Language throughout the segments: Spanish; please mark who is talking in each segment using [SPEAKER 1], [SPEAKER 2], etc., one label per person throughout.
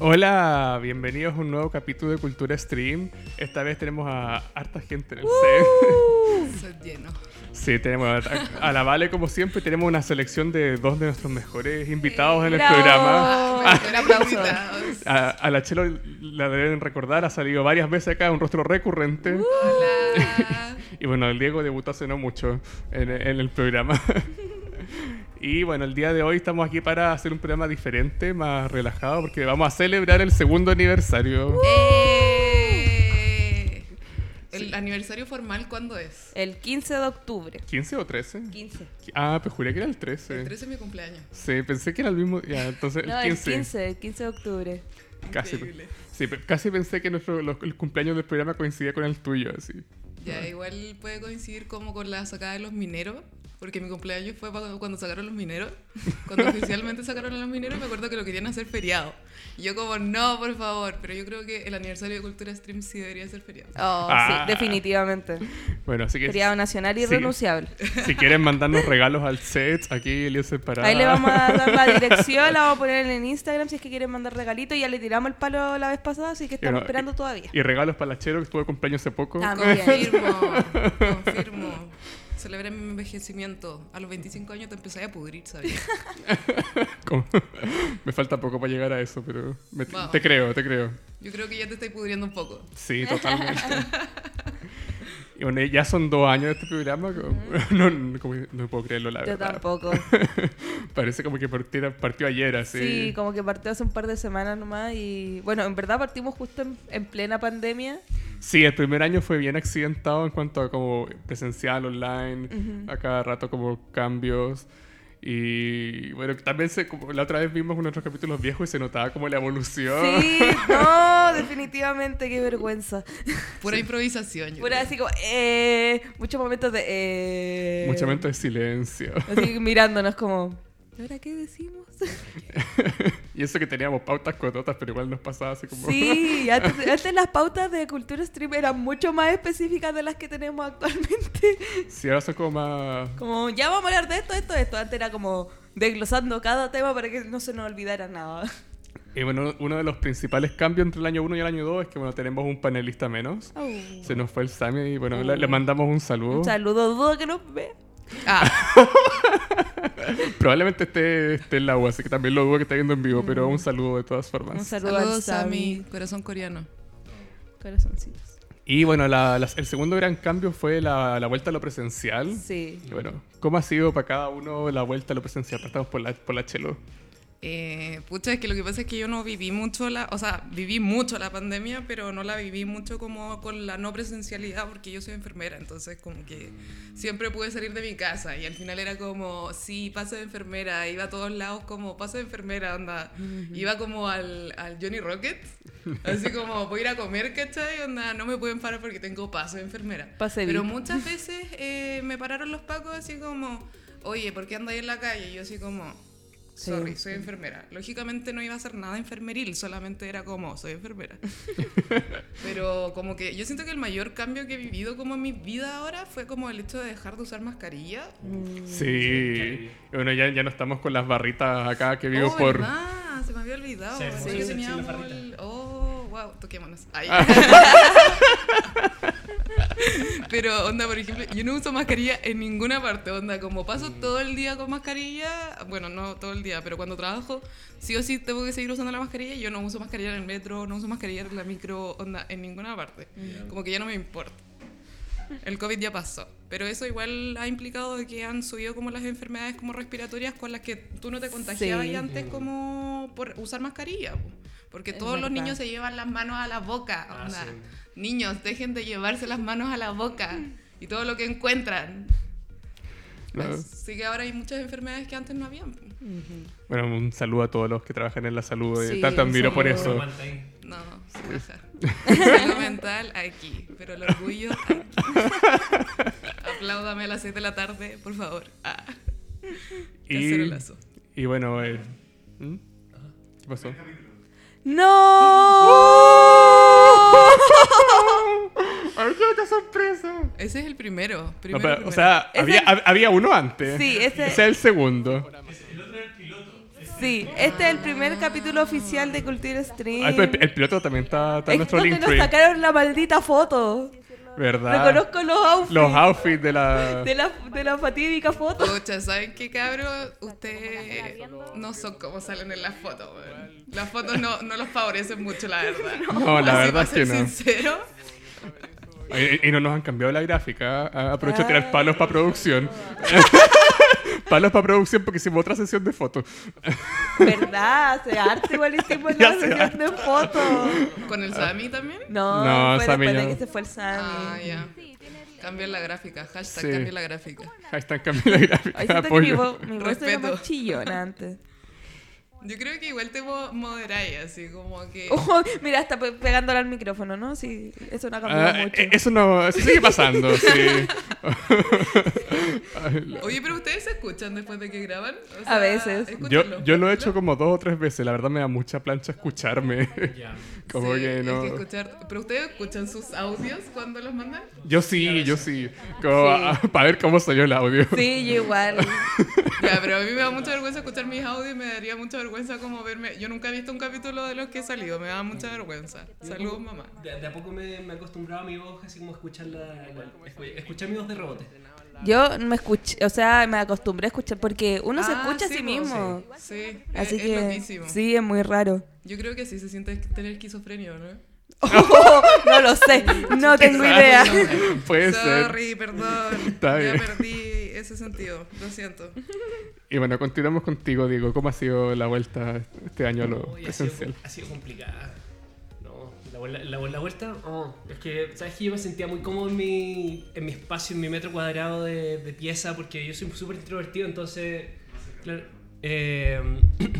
[SPEAKER 1] Hola, bienvenidos a un nuevo capítulo de Cultura Stream. Esta vez tenemos a harta gente en el
[SPEAKER 2] Uh.
[SPEAKER 3] Set lleno.
[SPEAKER 1] set. Sí, tenemos a, a la Vale como siempre. Tenemos una selección de dos de nuestros mejores invitados en el
[SPEAKER 2] Bravo.
[SPEAKER 1] programa.
[SPEAKER 2] Ah,
[SPEAKER 3] Una
[SPEAKER 2] aplauso.
[SPEAKER 3] aplausita.
[SPEAKER 1] A, a la Chelo la deben recordar, ha salido varias veces acá, un rostro recurrente.
[SPEAKER 3] Hola.
[SPEAKER 1] Y bueno, el Diego debutó hace no mucho en, en el programa. y bueno, el día de hoy estamos aquí para hacer un programa diferente, más relajado, porque vamos a celebrar el segundo aniversario.
[SPEAKER 3] Uh. Eh, ¿El aniversario formal cuándo es?
[SPEAKER 2] El 15 de octubre.
[SPEAKER 1] ¿15 o 13?
[SPEAKER 2] 15.
[SPEAKER 1] Ah, pues juré que era el 13.
[SPEAKER 3] El 13 es mi cumpleaños.
[SPEAKER 1] Sí, pensé que era el mismo. Ya, entonces
[SPEAKER 2] No,
[SPEAKER 1] el 15.
[SPEAKER 2] el 15, el 15 de octubre.
[SPEAKER 1] Casi, pues.
[SPEAKER 3] Increíble.
[SPEAKER 1] sí, pe- casi pensé que nuestro, los- el cumpleaños del programa coincidía con el tuyo, así.
[SPEAKER 3] Ya, igual puede coincidir como con la sacada de los mineros, porque mi cumpleaños fue cuando cuando sacaron los mineros. Cuando oficialmente sacaron a los mineros, me acuerdo que lo querían hacer feriado. Y yo como, no, por favor, pero yo creo que el aniversario de Cultura Stream sí debería ser feriado.
[SPEAKER 2] Oh,
[SPEAKER 1] Ah.
[SPEAKER 2] sí, definitivamente.
[SPEAKER 1] Bueno, así que
[SPEAKER 2] Feriado nacional
[SPEAKER 1] Sí.
[SPEAKER 2] irrenunciable.
[SPEAKER 1] si quieren mandarnos regalos al set, aquí Eliezer para.
[SPEAKER 2] Ahí le vamos a dar la dirección, la vamos a poner en Instagram si es que quieren mandar regalito. Ya le tiramos el palo la vez pasada, así que
[SPEAKER 1] Y bueno,
[SPEAKER 2] estamos esperando
[SPEAKER 1] y-
[SPEAKER 2] todavía.
[SPEAKER 1] Y regalos para la Chelo, que estuvo cumpleaños hace poco.
[SPEAKER 2] Ah, muy bien.
[SPEAKER 3] Confirmo, confirmo. Celebré mi envejecimiento. A los 25 años te empecé a pudrir, ¿sabes?
[SPEAKER 1] Como- me falta poco para llegar a eso, pero me-
[SPEAKER 3] Vamos.
[SPEAKER 1] te creo, te creo.
[SPEAKER 3] Yo creo que ya te estoy pudriendo un poco.
[SPEAKER 1] Sí, totalmente. y bueno, ya son dos años de este programa. como- no, no- como que no puedo creerlo, la
[SPEAKER 2] Yo
[SPEAKER 1] verdad.
[SPEAKER 2] tampoco.
[SPEAKER 1] Parece como que partiera- partió ayer, así.
[SPEAKER 2] Sí, como que partió hace un par de semanas nomás y bueno, en verdad partimos justo en, en plena pandemia.
[SPEAKER 1] Sí, el primer año fue bien accidentado en cuanto a como presencial, online, a cada rato como cambios. Y bueno, también se, como la otra vez vimos unos otros capítulos viejos y se notaba como la evolución.
[SPEAKER 2] Sí, no, definitivamente, qué vergüenza.
[SPEAKER 3] Pura improvisación. yo
[SPEAKER 2] Pura
[SPEAKER 3] creo.
[SPEAKER 2] así como, eh, muchos momentos de... Eh,
[SPEAKER 1] Mucho momento de silencio.
[SPEAKER 2] Así mirándonos como, ¿y ahora qué decimos?
[SPEAKER 1] y eso que teníamos pautas cototas, pero igual nos pasaba así como...
[SPEAKER 2] Sí, antes, antes las pautas de cultura stream eran mucho más específicas de las que tenemos actualmente.
[SPEAKER 1] Sí, ahora son como más...
[SPEAKER 2] Como, ya vamos a hablar de esto, esto, esto. Antes era como desglosando cada tema para que no se nos olvidara nada.
[SPEAKER 1] Y bueno, uno de los principales cambios entre el año 1 y el año 2 es que bueno, tenemos un panelista menos. Se nos fue el Sammy y
[SPEAKER 2] Oh.
[SPEAKER 1] bueno, le, le mandamos un saludo.
[SPEAKER 2] Un saludo, dudo que nos vea.
[SPEAKER 3] Ah,
[SPEAKER 1] Probablemente esté, esté el agua, así que también lo dudo que esté viendo en vivo, pero un saludo de todas formas.
[SPEAKER 2] Un saludo al
[SPEAKER 3] saludos a mi
[SPEAKER 2] Sammy.
[SPEAKER 3] corazón coreano.
[SPEAKER 2] Corazoncitos.
[SPEAKER 1] Y bueno, la- las- el segundo gran cambio fue la, la vuelta a lo presencial.
[SPEAKER 2] Sí.
[SPEAKER 1] Y bueno, ¿cómo ha sido para cada uno la vuelta a lo presencial? Partamos por la, por la Chelo.
[SPEAKER 3] Eh, pucha, es que lo que pasa es que yo no viví mucho la, o sea, viví mucho la pandemia, pero no la viví mucho como con la no presencialidad porque yo soy enfermera, entonces como que siempre pude salir de mi casa y al final era como, sí, pase de enfermera, iba a todos lados como pase de enfermera, onda, iba como al, al Johnny Rocket, así como voy a ir a comer, ¿cachai? Onda, no me pueden parar porque tengo pase de enfermera.
[SPEAKER 2] Pase
[SPEAKER 3] pero
[SPEAKER 2] VIP.
[SPEAKER 3] muchas veces eh, me pararon los pacos así como, oye, ¿por qué andáis en la calle? Y yo así como...
[SPEAKER 2] Sí.
[SPEAKER 3] Sorry, soy enfermera. Lógicamente no iba a hacer nada enfermeril, solamente era como, soy enfermera. Pero como que yo siento que el mayor cambio que he vivido como en mi vida ahora fue como el hecho de dejar de usar mascarilla.
[SPEAKER 1] Mm.
[SPEAKER 2] Mm.
[SPEAKER 1] Sí. Y bueno, ya, ya no estamos con las barritas acá que vivo
[SPEAKER 3] oh,
[SPEAKER 1] por...
[SPEAKER 3] ¿verdad? Se me había olvidado. eh.
[SPEAKER 4] Sí,
[SPEAKER 3] Yo
[SPEAKER 4] sí, sí,
[SPEAKER 3] tenía
[SPEAKER 4] sí, la
[SPEAKER 3] mol-
[SPEAKER 4] barrita.
[SPEAKER 3] Oh, wow, toquémonos. Ay.
[SPEAKER 1] Ah.
[SPEAKER 3] Pero, onda, por ejemplo, yo no uso mascarilla en ninguna parte, onda, como paso
[SPEAKER 4] Mm.
[SPEAKER 3] todo el día con mascarilla, bueno, no todo el día, pero cuando trabajo, sí o sí tengo que seguir usando la mascarilla, yo no uso mascarilla en el metro, no uso mascarilla en la micro, onda, en ninguna parte, como que ya no me importa. El COVID ya pasó, pero eso igual ha implicado de que han subido como las enfermedades como respiratorias con las que tú no te contagiabas
[SPEAKER 2] Sí.
[SPEAKER 3] y
[SPEAKER 4] Mm.
[SPEAKER 3] antes como por usar mascarilla, po. porque
[SPEAKER 2] Es
[SPEAKER 3] todos los
[SPEAKER 2] verdad.
[SPEAKER 3] niños se llevan las manos a la boca,
[SPEAKER 4] Ah,
[SPEAKER 3] onda.
[SPEAKER 4] sí.
[SPEAKER 3] Niños, dejen de llevarse las manos a la boca y todo lo que encuentran.
[SPEAKER 1] ¿no?
[SPEAKER 3] Así que ahora hay muchas enfermedades que antes no habían.
[SPEAKER 1] Bueno, un saludo a todos los que trabajan en la salud. eh,
[SPEAKER 2] Sí,
[SPEAKER 1] Tanto admiro
[SPEAKER 2] sí.
[SPEAKER 1] por
[SPEAKER 4] Lo
[SPEAKER 1] eso.
[SPEAKER 4] mantén.
[SPEAKER 3] No, jaja. Salud mental aquí, pero el orgullo aquí. Apláudame a las 6 de la tarde, por favor. Ah,
[SPEAKER 1] Y,
[SPEAKER 3] cacerolazo.
[SPEAKER 1] y bueno, eh, ¿hmm? ¿qué pasó?
[SPEAKER 2] ¡No!
[SPEAKER 1] ¡Ay, qué sorpresa!
[SPEAKER 3] Ese es el primero. primero, primero.
[SPEAKER 1] o sea,
[SPEAKER 2] Es
[SPEAKER 1] había,
[SPEAKER 2] el-
[SPEAKER 1] hab- había uno antes.
[SPEAKER 2] Sí, ese-
[SPEAKER 1] Ese es el segundo.
[SPEAKER 4] El otro era el piloto. Ese
[SPEAKER 2] Sí, este es el primer capítulo oficial de Cultura Stream.
[SPEAKER 1] Ah, pero el, el piloto también está, está en
[SPEAKER 2] es
[SPEAKER 1] nuestro
[SPEAKER 2] donde
[SPEAKER 1] link
[SPEAKER 2] nos
[SPEAKER 1] tree.
[SPEAKER 2] sacaron la maldita foto.
[SPEAKER 1] ¿Verdad?
[SPEAKER 2] Reconozco los outfits.
[SPEAKER 1] Los outfits de la...
[SPEAKER 2] de la, de la fatídica foto.
[SPEAKER 3] Pucha, ¿saben qué, cabros? Ustedes no son como salen en las fotos, weón. Las fotos no, no los favorecen mucho, la verdad.
[SPEAKER 1] No, la verdad
[SPEAKER 3] Así, para
[SPEAKER 1] es que
[SPEAKER 3] ser
[SPEAKER 1] no.
[SPEAKER 3] sincero,
[SPEAKER 1] Y, y no nos han cambiado la gráfica. Ah, Aprovecho de
[SPEAKER 2] Ah.
[SPEAKER 1] tirar palos para producción. palos para producción porque hicimos otra sesión de fotos.
[SPEAKER 2] ¿Verdad? Hace arte igual hicimos
[SPEAKER 1] Ya
[SPEAKER 2] la
[SPEAKER 1] hace
[SPEAKER 2] sesión de fotos.
[SPEAKER 3] con
[SPEAKER 1] Ah.
[SPEAKER 3] el Sami también.
[SPEAKER 2] No,
[SPEAKER 1] No,
[SPEAKER 2] fue
[SPEAKER 1] Sammy
[SPEAKER 2] después de
[SPEAKER 1] no.
[SPEAKER 2] que se fue el Sammy.
[SPEAKER 3] Ah, ya. Cambien la gráfica, hashtag
[SPEAKER 1] Sí.
[SPEAKER 3] cambien la gráfica.
[SPEAKER 1] Ahí están cambiando la gráfica.
[SPEAKER 2] Ahí siento que mi,
[SPEAKER 1] apoyo.
[SPEAKER 2] vo- mi voz era
[SPEAKER 3] Respeto.
[SPEAKER 2] más chillona antes.
[SPEAKER 3] Yo creo que igual te mo- moderáis, así como que.
[SPEAKER 2] Ojo, mira, está pe- pegándole al micrófono, ¿no? Sí, eso no ha cambiado
[SPEAKER 1] Ah,
[SPEAKER 2] mucho.
[SPEAKER 1] eh, eso no... Eso sigue pasando, sí.
[SPEAKER 3] Oye, pero ustedes se escuchan después de que graban. O
[SPEAKER 2] A veces.
[SPEAKER 1] Yo,
[SPEAKER 3] escúchenlo.
[SPEAKER 1] yo lo he hecho como dos o tres veces. La verdad me da mucha plancha escucharme.
[SPEAKER 4] Ya.
[SPEAKER 1] como
[SPEAKER 3] Sí,
[SPEAKER 1] que
[SPEAKER 3] hay
[SPEAKER 1] no...
[SPEAKER 3] escuchar- pero ustedes escuchan sus audios cuando los mandan.
[SPEAKER 1] Yo sí, yo sí. Como, para ver cómo salió el audio.
[SPEAKER 2] Sí, yo igual.
[SPEAKER 3] Ya, pero a mí me da mucha vergüenza escuchar mis audios y me daría mucha vergüenza como verme. Yo nunca he visto un capítulo de los que he salido, me da mucha vergüenza. Saludos, mamá.
[SPEAKER 4] De, de a poco me, me acostumbraba a mi voz, así como escuchar, la, la- escu- escuchar mi voz de rebote.
[SPEAKER 2] Yo me escuché, o sea, me acostumbré a escuchar porque uno se
[SPEAKER 3] Ah,
[SPEAKER 2] escucha a sí
[SPEAKER 3] po,
[SPEAKER 2] mismo.
[SPEAKER 3] Sí,
[SPEAKER 2] Así
[SPEAKER 3] es, es
[SPEAKER 2] que
[SPEAKER 3] loquísimo.
[SPEAKER 2] sí, es muy raro.
[SPEAKER 3] Yo creo que sí se siente tener esquizofrenia, ¿no?
[SPEAKER 2] no lo sé, no tengo
[SPEAKER 1] Exacto.
[SPEAKER 2] idea.
[SPEAKER 1] Puede ser.
[SPEAKER 3] Sorry, perdón.
[SPEAKER 1] Está
[SPEAKER 3] ya
[SPEAKER 1] bien.
[SPEAKER 3] perdí ese sentido, lo siento.
[SPEAKER 1] Y bueno, continuamos contigo, Diego. ¿Cómo ha sido la vuelta este año a lo
[SPEAKER 4] Uy, ha sido-
[SPEAKER 1] presencial?
[SPEAKER 4] Ha sido, complicada. No, la, vuel- la, vuel- la vuelta, oh, es que, ¿sabes que Yo me sentía muy cómodo en mi, en mi espacio, en mi metro cuadrado de, de pieza, porque yo soy súper introvertido, entonces, claro, eh,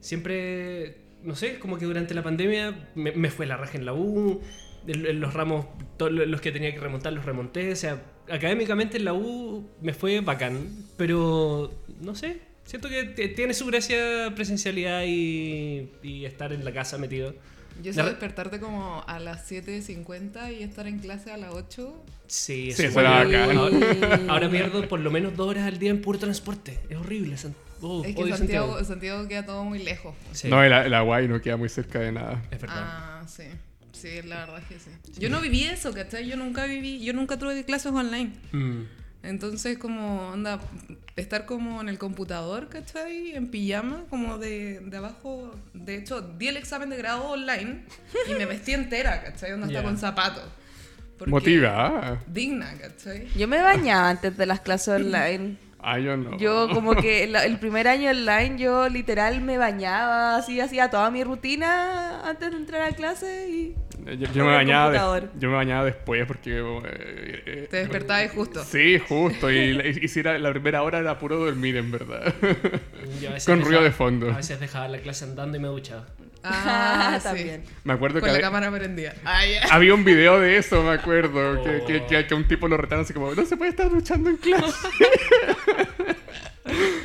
[SPEAKER 4] siempre, no sé, como que durante la pandemia me, me fue la raja en la U, en- en los ramos, todos lo- los que tenía que remontar los remonté, o sea, académicamente en la U me fue bacán, pero no sé, siento que t- tiene su gracia presencialidad y, y estar en la casa metido.
[SPEAKER 3] Yo
[SPEAKER 4] La-
[SPEAKER 3] sé despertarte como a las 7.50 y estar en clase a las 8.
[SPEAKER 4] Sí,
[SPEAKER 1] Sí,
[SPEAKER 4] eso
[SPEAKER 1] eso era
[SPEAKER 4] igual-
[SPEAKER 1] bacán.
[SPEAKER 4] ahora, ahora pierdo por lo menos dos horas al día en puro transporte, es horrible. San- oh,
[SPEAKER 3] Es que
[SPEAKER 4] odio Santiago.
[SPEAKER 3] Santiago, Santiago queda todo muy lejos.
[SPEAKER 4] Sí,
[SPEAKER 1] No, el, el Hawaii no queda muy cerca de nada.
[SPEAKER 4] es verdad.
[SPEAKER 3] Ah, sí. Sí, la verdad es que sí. Yo no viví eso, ¿cachai? Yo nunca viví, yo nunca tuve clases online.
[SPEAKER 4] Mm.
[SPEAKER 3] Entonces, como, anda, estar como en el computador, ¿cachai? En pijama, como de, de abajo. De hecho, di el examen de grado online y me vestí entera, ¿cachai? Onda hasta
[SPEAKER 4] Ya.
[SPEAKER 3] con zapatos. Porque-
[SPEAKER 1] Motiva. ah.
[SPEAKER 3] Digna, ¿cachai?
[SPEAKER 2] Yo me bañaba antes de las clases online.
[SPEAKER 1] Ah, yo no.
[SPEAKER 2] Yo
[SPEAKER 3] Oh.
[SPEAKER 2] como que la- el primer año online yo literal me bañaba, así hacía toda mi rutina antes de entrar a clase y
[SPEAKER 1] Yo- yo
[SPEAKER 2] con
[SPEAKER 1] me
[SPEAKER 2] el
[SPEAKER 1] bañaba de-
[SPEAKER 2] computador.
[SPEAKER 1] yo me bañaba después porque... eh, eh,
[SPEAKER 3] Te despertabas y justo.
[SPEAKER 1] Sí, justo. Y, la- y si era la primera hora era puro dormir, en verdad.
[SPEAKER 4] Yo a veces
[SPEAKER 1] Con ruido
[SPEAKER 4] dejaba-
[SPEAKER 1] de fondo.
[SPEAKER 4] A veces dejaba la clase andando y me duchaba.
[SPEAKER 3] Ah, sí.
[SPEAKER 2] también.
[SPEAKER 1] Me acuerdo que...
[SPEAKER 3] Con la
[SPEAKER 1] había-
[SPEAKER 3] cámara prendida. Ah, ya.
[SPEAKER 1] Había un video de eso, me acuerdo. Que,
[SPEAKER 4] Oh.
[SPEAKER 1] que, que, que un tipo lo retaron así como, no se puede estar duchando en clase.
[SPEAKER 3] Pero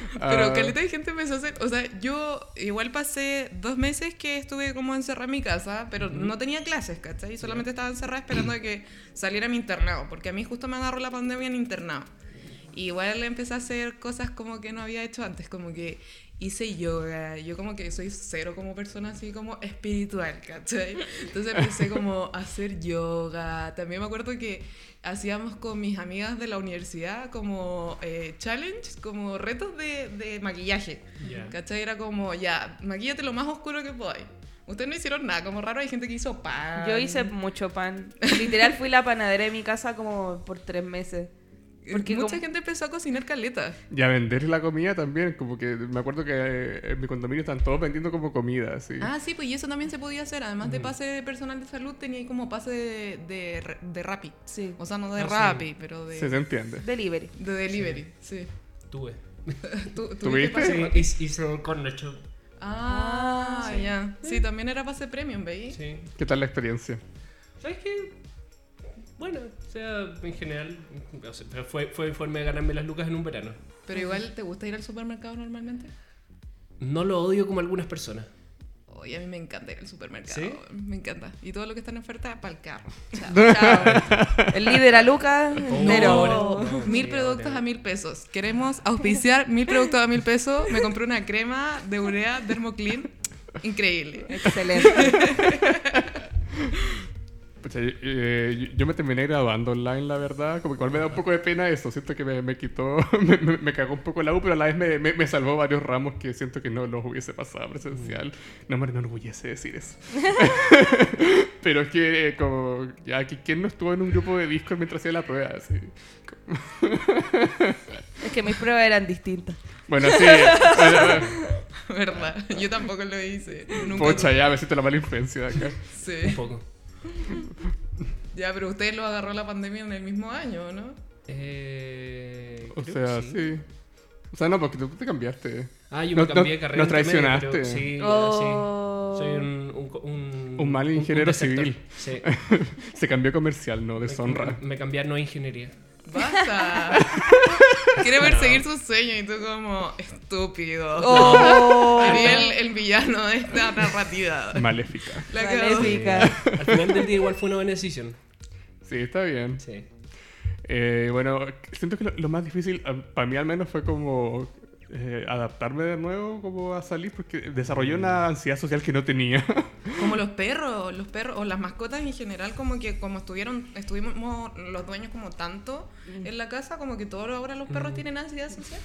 [SPEAKER 1] Ah,
[SPEAKER 3] caleta de gente empezó a hacer. O sea, yo igual pasé dos meses que estuve como encerrada en mi casa, pero no tenía clases, ¿cachai? Solamente estaba encerrada esperando a que saliera mi internado, porque a mí justo me agarró la pandemia en internado. Y igual empecé a hacer cosas como que no había hecho antes, como que hice yoga. Yo como que soy cero como persona así como espiritual, ¿cachai? Entonces empecé como a hacer yoga. También me acuerdo que hacíamos con mis amigas de la universidad como eh, challenge, como retos de, de maquillaje.
[SPEAKER 4] Ya.
[SPEAKER 3] ¿Cachai? Era como, ya, maquillate lo más oscuro que podáis. Ustedes no hicieron nada, como raro hay gente que hizo pan.
[SPEAKER 2] Yo hice mucho pan. Literal fui la panadera de mi casa como por tres meses.
[SPEAKER 3] Porque
[SPEAKER 2] porque
[SPEAKER 3] mucha
[SPEAKER 2] como-
[SPEAKER 3] gente empezó a cocinar caleta.
[SPEAKER 1] Y a vender la comida también, como que me acuerdo que eh, en mi condominio están todos vendiendo como comida, así.
[SPEAKER 3] Ah, sí, pues y eso también se podía hacer. Además de pase de personal de salud, tenía ahí como pase de, de, de Rappi.
[SPEAKER 2] Sí.
[SPEAKER 3] O sea, no de
[SPEAKER 4] Ah, sí.
[SPEAKER 3] Rappi, pero de,
[SPEAKER 1] Sí, se entiende.
[SPEAKER 2] Delivery.
[SPEAKER 3] de delivery. Sí.
[SPEAKER 4] Tuve.
[SPEAKER 3] ¿Tú,
[SPEAKER 1] ¿Tuviste?
[SPEAKER 3] pase?
[SPEAKER 4] Sí, hice, hice con Nacho.
[SPEAKER 3] Ah,
[SPEAKER 2] Ah,
[SPEAKER 3] ya. Sí, también era pase premium, ¿veis?
[SPEAKER 4] Sí.
[SPEAKER 1] ¿Qué tal la experiencia?
[SPEAKER 4] ¿Sabes qué? Bueno, o sea, en general, o sea, fue, fue forma de ganarme las lucas en un verano.
[SPEAKER 3] Pero igual, ¿te gusta ir al supermercado normalmente?
[SPEAKER 4] No lo odio como algunas personas.
[SPEAKER 3] Oye, a mí me encanta ir al supermercado.
[SPEAKER 4] ¿Sí?
[SPEAKER 3] Me encanta. Y todo lo que está en oferta, para el carro. Chao.
[SPEAKER 2] Chao. El líder a Lucas,
[SPEAKER 4] no,
[SPEAKER 2] pero...
[SPEAKER 4] no.
[SPEAKER 3] Mil
[SPEAKER 4] Oh, sí,
[SPEAKER 3] productos
[SPEAKER 4] ahora.
[SPEAKER 3] a mil pesos. Queremos auspiciar mil productos a mil pesos. Me compré una crema de urea Dermoclean. Increíble.
[SPEAKER 2] Excelente.
[SPEAKER 1] Pucha, yo- eh, yo, yo me terminé grabando online, la verdad. Como que igual me da un poco de pena eso. Siento que me, me quitó, me, me- me cagó un poco la U, pero a la vez me, me- me salvó varios ramos que siento que no los hubiese pasado presencial.
[SPEAKER 3] Mm.
[SPEAKER 1] No me enorgullece decir eso. pero es que, eh, como, ya, que- ¿quién no estuvo en un grupo de Discord mientras hacía la prueba? Así.
[SPEAKER 2] Es que mis pruebas eran distintas.
[SPEAKER 1] Bueno, sí. bueno,
[SPEAKER 3] ¿Verdad? Yo tampoco lo hice. Nunca.
[SPEAKER 1] Pucha, ya me siento la mala influencia de acá.
[SPEAKER 4] Un
[SPEAKER 3] Sí.
[SPEAKER 4] poco.
[SPEAKER 3] Ya, pero usted lo agarró la pandemia en el mismo año, ¿no?
[SPEAKER 4] Eh,
[SPEAKER 1] O
[SPEAKER 4] creo
[SPEAKER 1] sea,
[SPEAKER 4] que sí.
[SPEAKER 1] sí. O sea, no, porque tú te cambiaste.
[SPEAKER 4] Ah, yo
[SPEAKER 1] No-
[SPEAKER 4] me cambié
[SPEAKER 1] no-
[SPEAKER 4] de carrera.
[SPEAKER 1] no
[SPEAKER 4] entre medio,
[SPEAKER 1] traicionaste.
[SPEAKER 4] pero sí, ya,
[SPEAKER 2] Oh.
[SPEAKER 4] sí. Soy un, un, co- un,
[SPEAKER 1] Un mal ingeniero
[SPEAKER 4] desertor.
[SPEAKER 1] civil.
[SPEAKER 4] Sí.
[SPEAKER 1] Se cambió comercial, ¿no?
[SPEAKER 4] Me,
[SPEAKER 1] Deshonra.
[SPEAKER 4] me cambiaron a ingeniería.
[SPEAKER 3] Basta. Quiere perseguir sus sueños y tú como estúpido.
[SPEAKER 2] ¡Oh!
[SPEAKER 3] Ariel, el villano de esta narrativa.
[SPEAKER 1] Maléfica.
[SPEAKER 3] La
[SPEAKER 2] Vale,
[SPEAKER 3] cagó.
[SPEAKER 2] sí.
[SPEAKER 4] Eh,
[SPEAKER 2] Chica.
[SPEAKER 4] al final del día igual fue una buena decisión.
[SPEAKER 1] Sí, está bien.
[SPEAKER 4] Sí.
[SPEAKER 1] Eh, bueno, siento que lo, lo más difícil, a- para mí al menos, fue como eh, adaptarme de nuevo como a salir, porque desarrollé una ansiedad social que no tenía.
[SPEAKER 3] Como los perros, los perros o las mascotas en general, como que como estuvieron, estuvimos los dueños como tanto
[SPEAKER 2] Mm.
[SPEAKER 3] en la casa, como que todos ahora los perros tienen ansiedad social.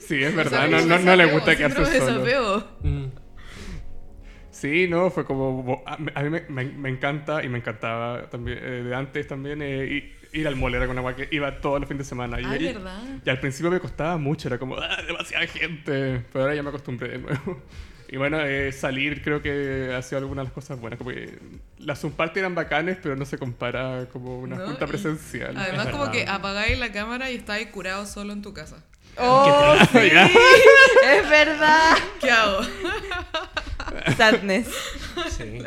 [SPEAKER 1] sí, es Mm. verdad, no,
[SPEAKER 3] ¿Sabes?
[SPEAKER 1] no, no le
[SPEAKER 3] Desapego,
[SPEAKER 1] gusta
[SPEAKER 3] síndrome
[SPEAKER 1] quedarse
[SPEAKER 3] de
[SPEAKER 1] solo.
[SPEAKER 3] desapego.
[SPEAKER 4] Mm.
[SPEAKER 1] Sí, no, fue como... bo- A a mí me, me- me encanta y me encantaba también, eh, de antes también, eh, i- ir al mall, era con agua que iba todos los fines de semana. Y-
[SPEAKER 3] Ah,
[SPEAKER 1] y,
[SPEAKER 3] ¿verdad?
[SPEAKER 1] Y al principio me costaba mucho, era como, "Ah, demasiada gente. Pero ahora ya me acostumbré de nuevo. Y bueno, eh, salir creo que ha sido alguna de las cosas buenas. Como que las Zoom party eran bacanes, pero no se compara como una
[SPEAKER 3] No,
[SPEAKER 1] junta
[SPEAKER 3] y-
[SPEAKER 1] presencial.
[SPEAKER 3] Además,
[SPEAKER 4] Es
[SPEAKER 3] como
[SPEAKER 4] verdad.
[SPEAKER 3] que ah. apagáis la cámara y estáis curado solo en tu casa.
[SPEAKER 2] ¡Oh!
[SPEAKER 1] triste, ya.
[SPEAKER 2] sí, ¡Es verdad!
[SPEAKER 3] ¿Qué hago?
[SPEAKER 2] Sadness.
[SPEAKER 4] Sí.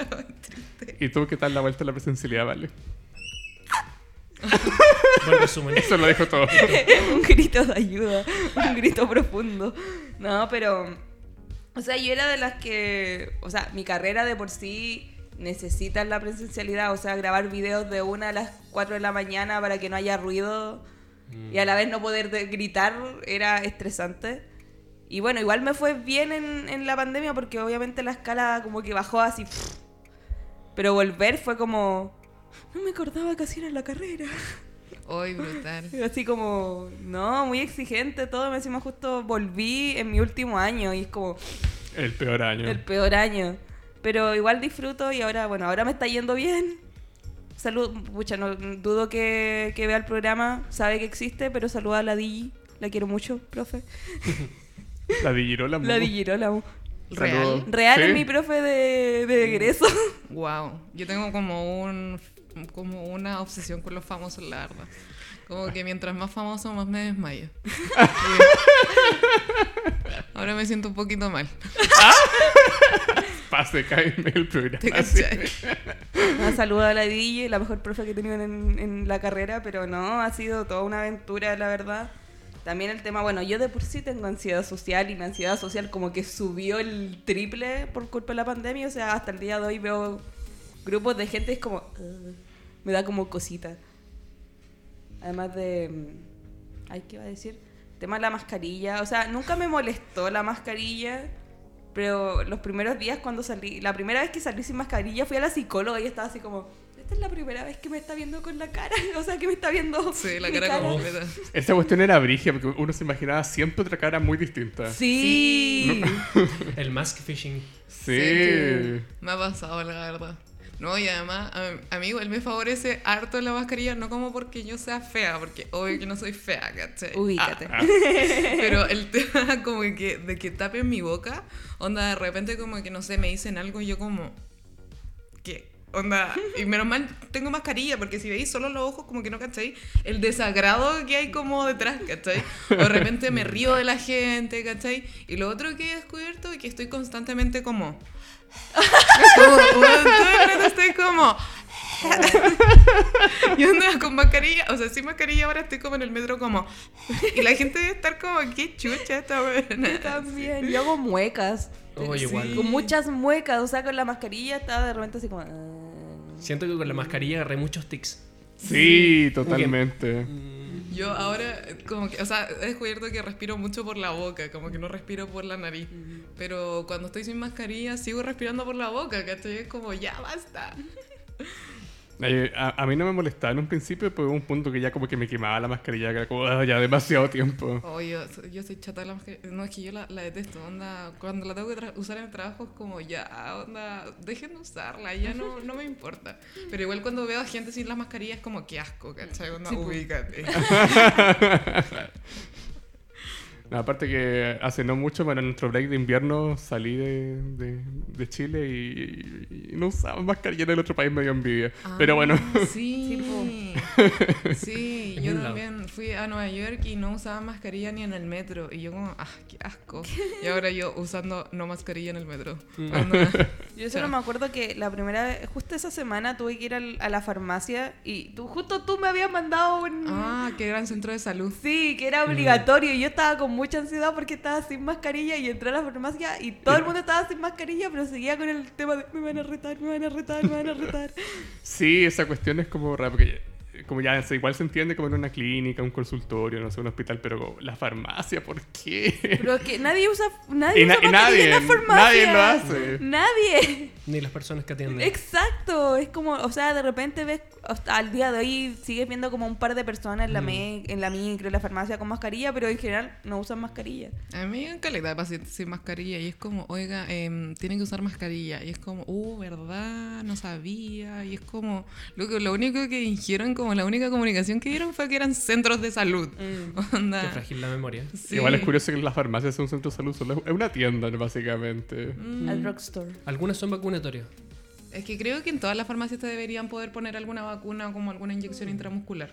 [SPEAKER 1] ¿Y tú qué tal la vuelta a la presencialidad, vale?
[SPEAKER 4] Buen resumen.
[SPEAKER 1] Eso lo dejo todo.
[SPEAKER 2] un grito de ayuda, un grito profundo. No, pero. O sea, yo era de las que. O sea, mi carrera de por sí necesita la presencialidad. O sea, grabar videos de una a las 4 de la mañana para que no haya ruido
[SPEAKER 4] Mm.
[SPEAKER 2] y a la vez no poder de- gritar era estresante. Y bueno, igual me fue bien en, en la pandemia porque obviamente la escala como que bajó así. Pero volver fue como. No me acordaba que así era la carrera.
[SPEAKER 3] Hoy, brutal.
[SPEAKER 2] Así como, no, muy exigente todo. Me encima justo volví en mi último año y es como
[SPEAKER 1] El peor año.
[SPEAKER 2] el peor año. Pero igual disfruto y ahora, bueno, ahora me está yendo bien. Salud, pucha, no dudo que, que vea el programa, sabe que existe, pero saluda a la Digi, la quiero mucho, profe.
[SPEAKER 1] La Digirola.
[SPEAKER 2] La
[SPEAKER 1] mu.
[SPEAKER 2] Digirola. mu.
[SPEAKER 1] Saludo.
[SPEAKER 3] Real.
[SPEAKER 2] Real
[SPEAKER 1] Sí.
[SPEAKER 2] es mi profe de, de egreso.
[SPEAKER 3] Wow. Yo tengo como un como una obsesión con los famosos, la verdad. Como que mientras más famoso, más me desmayo. Ahora me siento un poquito mal.
[SPEAKER 1] Pase, cáeme el programa.
[SPEAKER 3] ¿Te
[SPEAKER 1] Sí.
[SPEAKER 3] cachai?
[SPEAKER 2] Ah, saluda a la DJ, la mejor profe que he tenido en, en la carrera, pero no, ha sido toda una aventura, la verdad. También el tema, bueno, yo de por sí tengo ansiedad social y mi ansiedad social como que subió el triple por culpa de la pandemia, o sea, hasta el día de hoy veo grupos de gente, es como, "Ugh", me da como cosita. Además de, mm, ay, ¿qué iba a decir? Tema de la mascarilla, o sea, nunca me molestó la mascarilla. Pero los primeros días cuando salí, la primera vez que salí sin mascarilla fui a la psicóloga y estaba así como, esta es la primera vez que me está viendo con la cara, o sea, que me está viendo
[SPEAKER 3] Sí, la
[SPEAKER 2] mi
[SPEAKER 3] cara completa.
[SPEAKER 1] Esa cuestión era brigia, porque uno se imaginaba siempre otra cara muy distinta.
[SPEAKER 2] Sí.
[SPEAKER 4] El mask phishing.
[SPEAKER 1] sí.
[SPEAKER 3] Me ha pasado, la verdad. No, y además, a, a mí igual me favorece harto la mascarilla, no como porque yo sea fea, porque obvio que no soy fea, ¿cachai?
[SPEAKER 2] Ubícate.
[SPEAKER 1] Ah,
[SPEAKER 3] Pero el tema como que de que tapen mi boca, onda de repente como que no sé, me dicen algo y yo como ¿qué? Onda, y menos mal tengo mascarilla porque si veis solo los ojos como que no cacháis el desagrado que hay como detrás, ¿cachai? O de repente me río de la gente, ¿cachai? Y lo otro que he descubierto es que estoy constantemente como como, weón, todo el rato estoy como y onda con mascarilla, o sea, sin mascarilla ahora estoy como en el metro como y la gente debe estar como, qué chucha esta
[SPEAKER 2] Yo
[SPEAKER 3] buena.
[SPEAKER 2] también. Yo hago muecas.
[SPEAKER 4] Oh, igual.
[SPEAKER 2] Con muchas muecas, o sea, con la mascarilla estaba de repente así como... "Ah".
[SPEAKER 4] Siento que con la mascarilla agarré muchos tics.
[SPEAKER 1] Sí, totalmente.
[SPEAKER 4] Mm.
[SPEAKER 3] Yo ahora, como que, o sea, he descubierto que respiro mucho por la boca, como que no respiro por la nariz. Pero cuando estoy sin mascarilla, sigo respirando por la boca, ¿cachai? Es como, ya basta.
[SPEAKER 1] Eh, A, a mí no me molestaba en un principio, pero hubo un punto que ya como que me quemaba la mascarilla, que era como, "Ah, ya demasiado tiempo.
[SPEAKER 3] Oh, yo, so- yo soy chata de la mascarilla. No, es que yo la, la detesto, onda. Cuando la tengo que tra- usar en el trabajo es como ya, onda, dejen de usarla, ya no, no me importa. Pero igual cuando veo a gente sin las mascarillas es como que asco, ¿cachai? Onda,
[SPEAKER 2] Sí, po.
[SPEAKER 3] ubícate.
[SPEAKER 1] No, aparte que hace no mucho, bueno, en nuestro break de invierno salí de, de- de Chile y, y- y no usaba mascarilla en el otro país, me dio envidia. Pero bueno,
[SPEAKER 3] Ah, Sí, sí,
[SPEAKER 4] En
[SPEAKER 3] yo
[SPEAKER 4] un lado.
[SPEAKER 3] también fui a Nueva York y no usaba mascarilla ni en el metro. Y yo como, ah, qué asco. Y ahora yo usando no mascarilla en el metro.
[SPEAKER 4] Mm.
[SPEAKER 3] Onda,
[SPEAKER 2] Yo solo me acuerdo que la primera vez, justo esa semana tuve que ir al- a la farmacia y tú, justo tú me habías mandado un...
[SPEAKER 3] ah, qué gran centro de salud.
[SPEAKER 2] Sí, que
[SPEAKER 1] Mm.
[SPEAKER 2] era obligatorio. Y yo estaba con mucha ansiedad porque estaba sin mascarilla y entré a la farmacia y todo el mundo estaba sin mascarilla, pero seguía con el tema de me van a retar, me van a retar, me van a retar.
[SPEAKER 1] sí, esa cuestión es como rara, porque ya- como ya se- igual se entiende como en una clínica, un consultorio, no sé, un hospital, pero como, la farmacia, ¿por qué?
[SPEAKER 2] Pero es que nadie usa, nadie
[SPEAKER 1] Y
[SPEAKER 2] usa
[SPEAKER 1] na- y
[SPEAKER 2] mascarilla en la
[SPEAKER 1] nadie,
[SPEAKER 2] farmacia.
[SPEAKER 1] nadie lo hace.
[SPEAKER 2] Nadie.
[SPEAKER 4] Ni las personas que atienden.
[SPEAKER 2] Exacto. Es como, o sea, de repente ves, hasta al día de hoy sigues viendo como un par de personas en la, me- en la micro, en la farmacia con mascarilla, pero en general no usan mascarilla.
[SPEAKER 3] A mí en calidad de pacientes sin mascarilla y es como, oiga, em, tienen que usar mascarilla. Y es como, uh, ¿verdad? No sabía. Y es como, lo, que, lo único que dijeron, como la única comunicación que dieron fue que eran centros de salud.
[SPEAKER 2] Mm.
[SPEAKER 4] Qué
[SPEAKER 3] Onda.
[SPEAKER 4] frágil la memoria.
[SPEAKER 3] sí.
[SPEAKER 1] Igual es curioso que las farmacias son un centro de salud, solo es una tienda, básicamente.
[SPEAKER 3] Mm.
[SPEAKER 2] Al drugstore.
[SPEAKER 4] Algunas son vacunatorias.
[SPEAKER 3] Es que creo que en todas las farmacias te deberían poder poner alguna vacuna como alguna inyección intramuscular.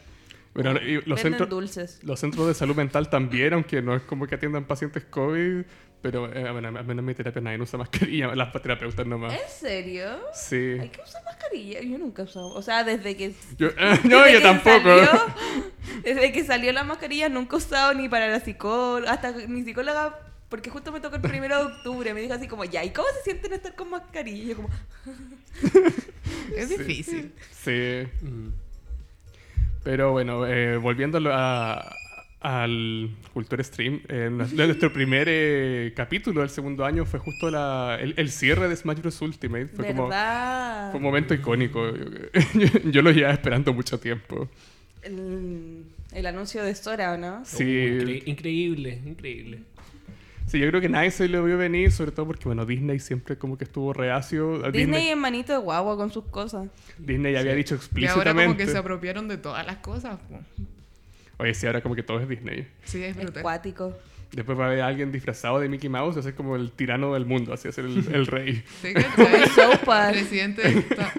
[SPEAKER 1] Bueno, y los
[SPEAKER 2] Venden
[SPEAKER 1] centros...
[SPEAKER 2] dulces.
[SPEAKER 1] Los centros de salud mental también, aunque no es como que atiendan pacientes COVID, pero eh, bueno, al menos en mi terapia nadie usa mascarilla, las terapeutas nomás.
[SPEAKER 2] ¿En serio?
[SPEAKER 1] Sí.
[SPEAKER 2] Hay que usar mascarilla. Yo nunca he usado. O sea, desde que.
[SPEAKER 1] Yo,
[SPEAKER 2] desde
[SPEAKER 1] no,
[SPEAKER 2] que
[SPEAKER 1] yo tampoco.
[SPEAKER 2] salió- desde que salió la mascarilla nunca he usado ni para la psicóloga. Hasta que mi psicóloga. Porque justo me tocó el primero de octubre. Me dijo así como, ya, ¿y cómo se sienten estar con mascarilla? Y yo como,
[SPEAKER 3] Es difícil.
[SPEAKER 1] Sí.
[SPEAKER 4] Mm.
[SPEAKER 1] Pero bueno, eh, volviendo a lo- a- al Culture Stream, eh, nos- nuestro primer eh, capítulo del segundo año fue justo la- el, el cierre de Smash Bros. Ultimate. Fue como
[SPEAKER 2] ¿verdad?
[SPEAKER 1] fue un momento icónico. Yo, yo lo llevaba esperando mucho tiempo.
[SPEAKER 2] El, el anuncio de Sora, ¿o no?
[SPEAKER 1] Sí.
[SPEAKER 4] Incre- increíble, increíble.
[SPEAKER 1] Sí, yo creo que nadie se lo vio venir, sobre todo porque, bueno, Disney siempre como que estuvo reacio. Disney,
[SPEAKER 2] Disney
[SPEAKER 1] Disney,
[SPEAKER 2] es manito de guagua con sus cosas.
[SPEAKER 1] ya había
[SPEAKER 4] Sí.
[SPEAKER 1] dicho
[SPEAKER 3] Y ahora como
[SPEAKER 1] explícitamente.
[SPEAKER 3] que se apropiaron de todas las cosas. po.
[SPEAKER 1] Oye, sí, ahora como que todo es Disney.
[SPEAKER 3] Sí, es
[SPEAKER 2] Es
[SPEAKER 3] brutal.
[SPEAKER 2] cuático.
[SPEAKER 1] Después va a haber alguien disfrazado de Mickey Mouse, así como el tirano del mundo, así hacer el, el rey.
[SPEAKER 3] ¿Te cachai?
[SPEAKER 2] Sopas.
[SPEAKER 3] Presidente. está-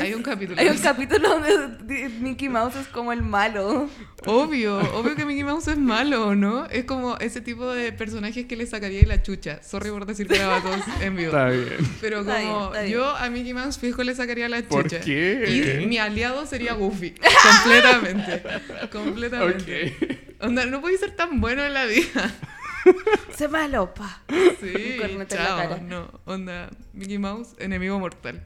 [SPEAKER 3] Hay un capítulo.
[SPEAKER 2] Hay un capítulo donde Mickey Mouse es como el malo.
[SPEAKER 3] Obvio, obvio que Mickey Mouse es malo, ¿no? Es como ese tipo de personajes que le sacaría de la chucha. Sorry por decir garabatos en vivo.
[SPEAKER 1] Está bien.
[SPEAKER 3] Pero como
[SPEAKER 2] Está bien, está bien.
[SPEAKER 3] yo a Mickey Mouse fijo le sacaría la chucha.
[SPEAKER 1] ¿Por qué?
[SPEAKER 3] Y mi aliado sería Goofy. completamente. completamente.
[SPEAKER 1] Ok.
[SPEAKER 3] Onda, no podéis ser tan bueno en la vida.
[SPEAKER 2] Se malo, pa.
[SPEAKER 3] Sí,
[SPEAKER 2] Un corneta en la
[SPEAKER 3] chao,
[SPEAKER 2] cara.
[SPEAKER 3] no. Onda, Mickey Mouse, enemigo mortal.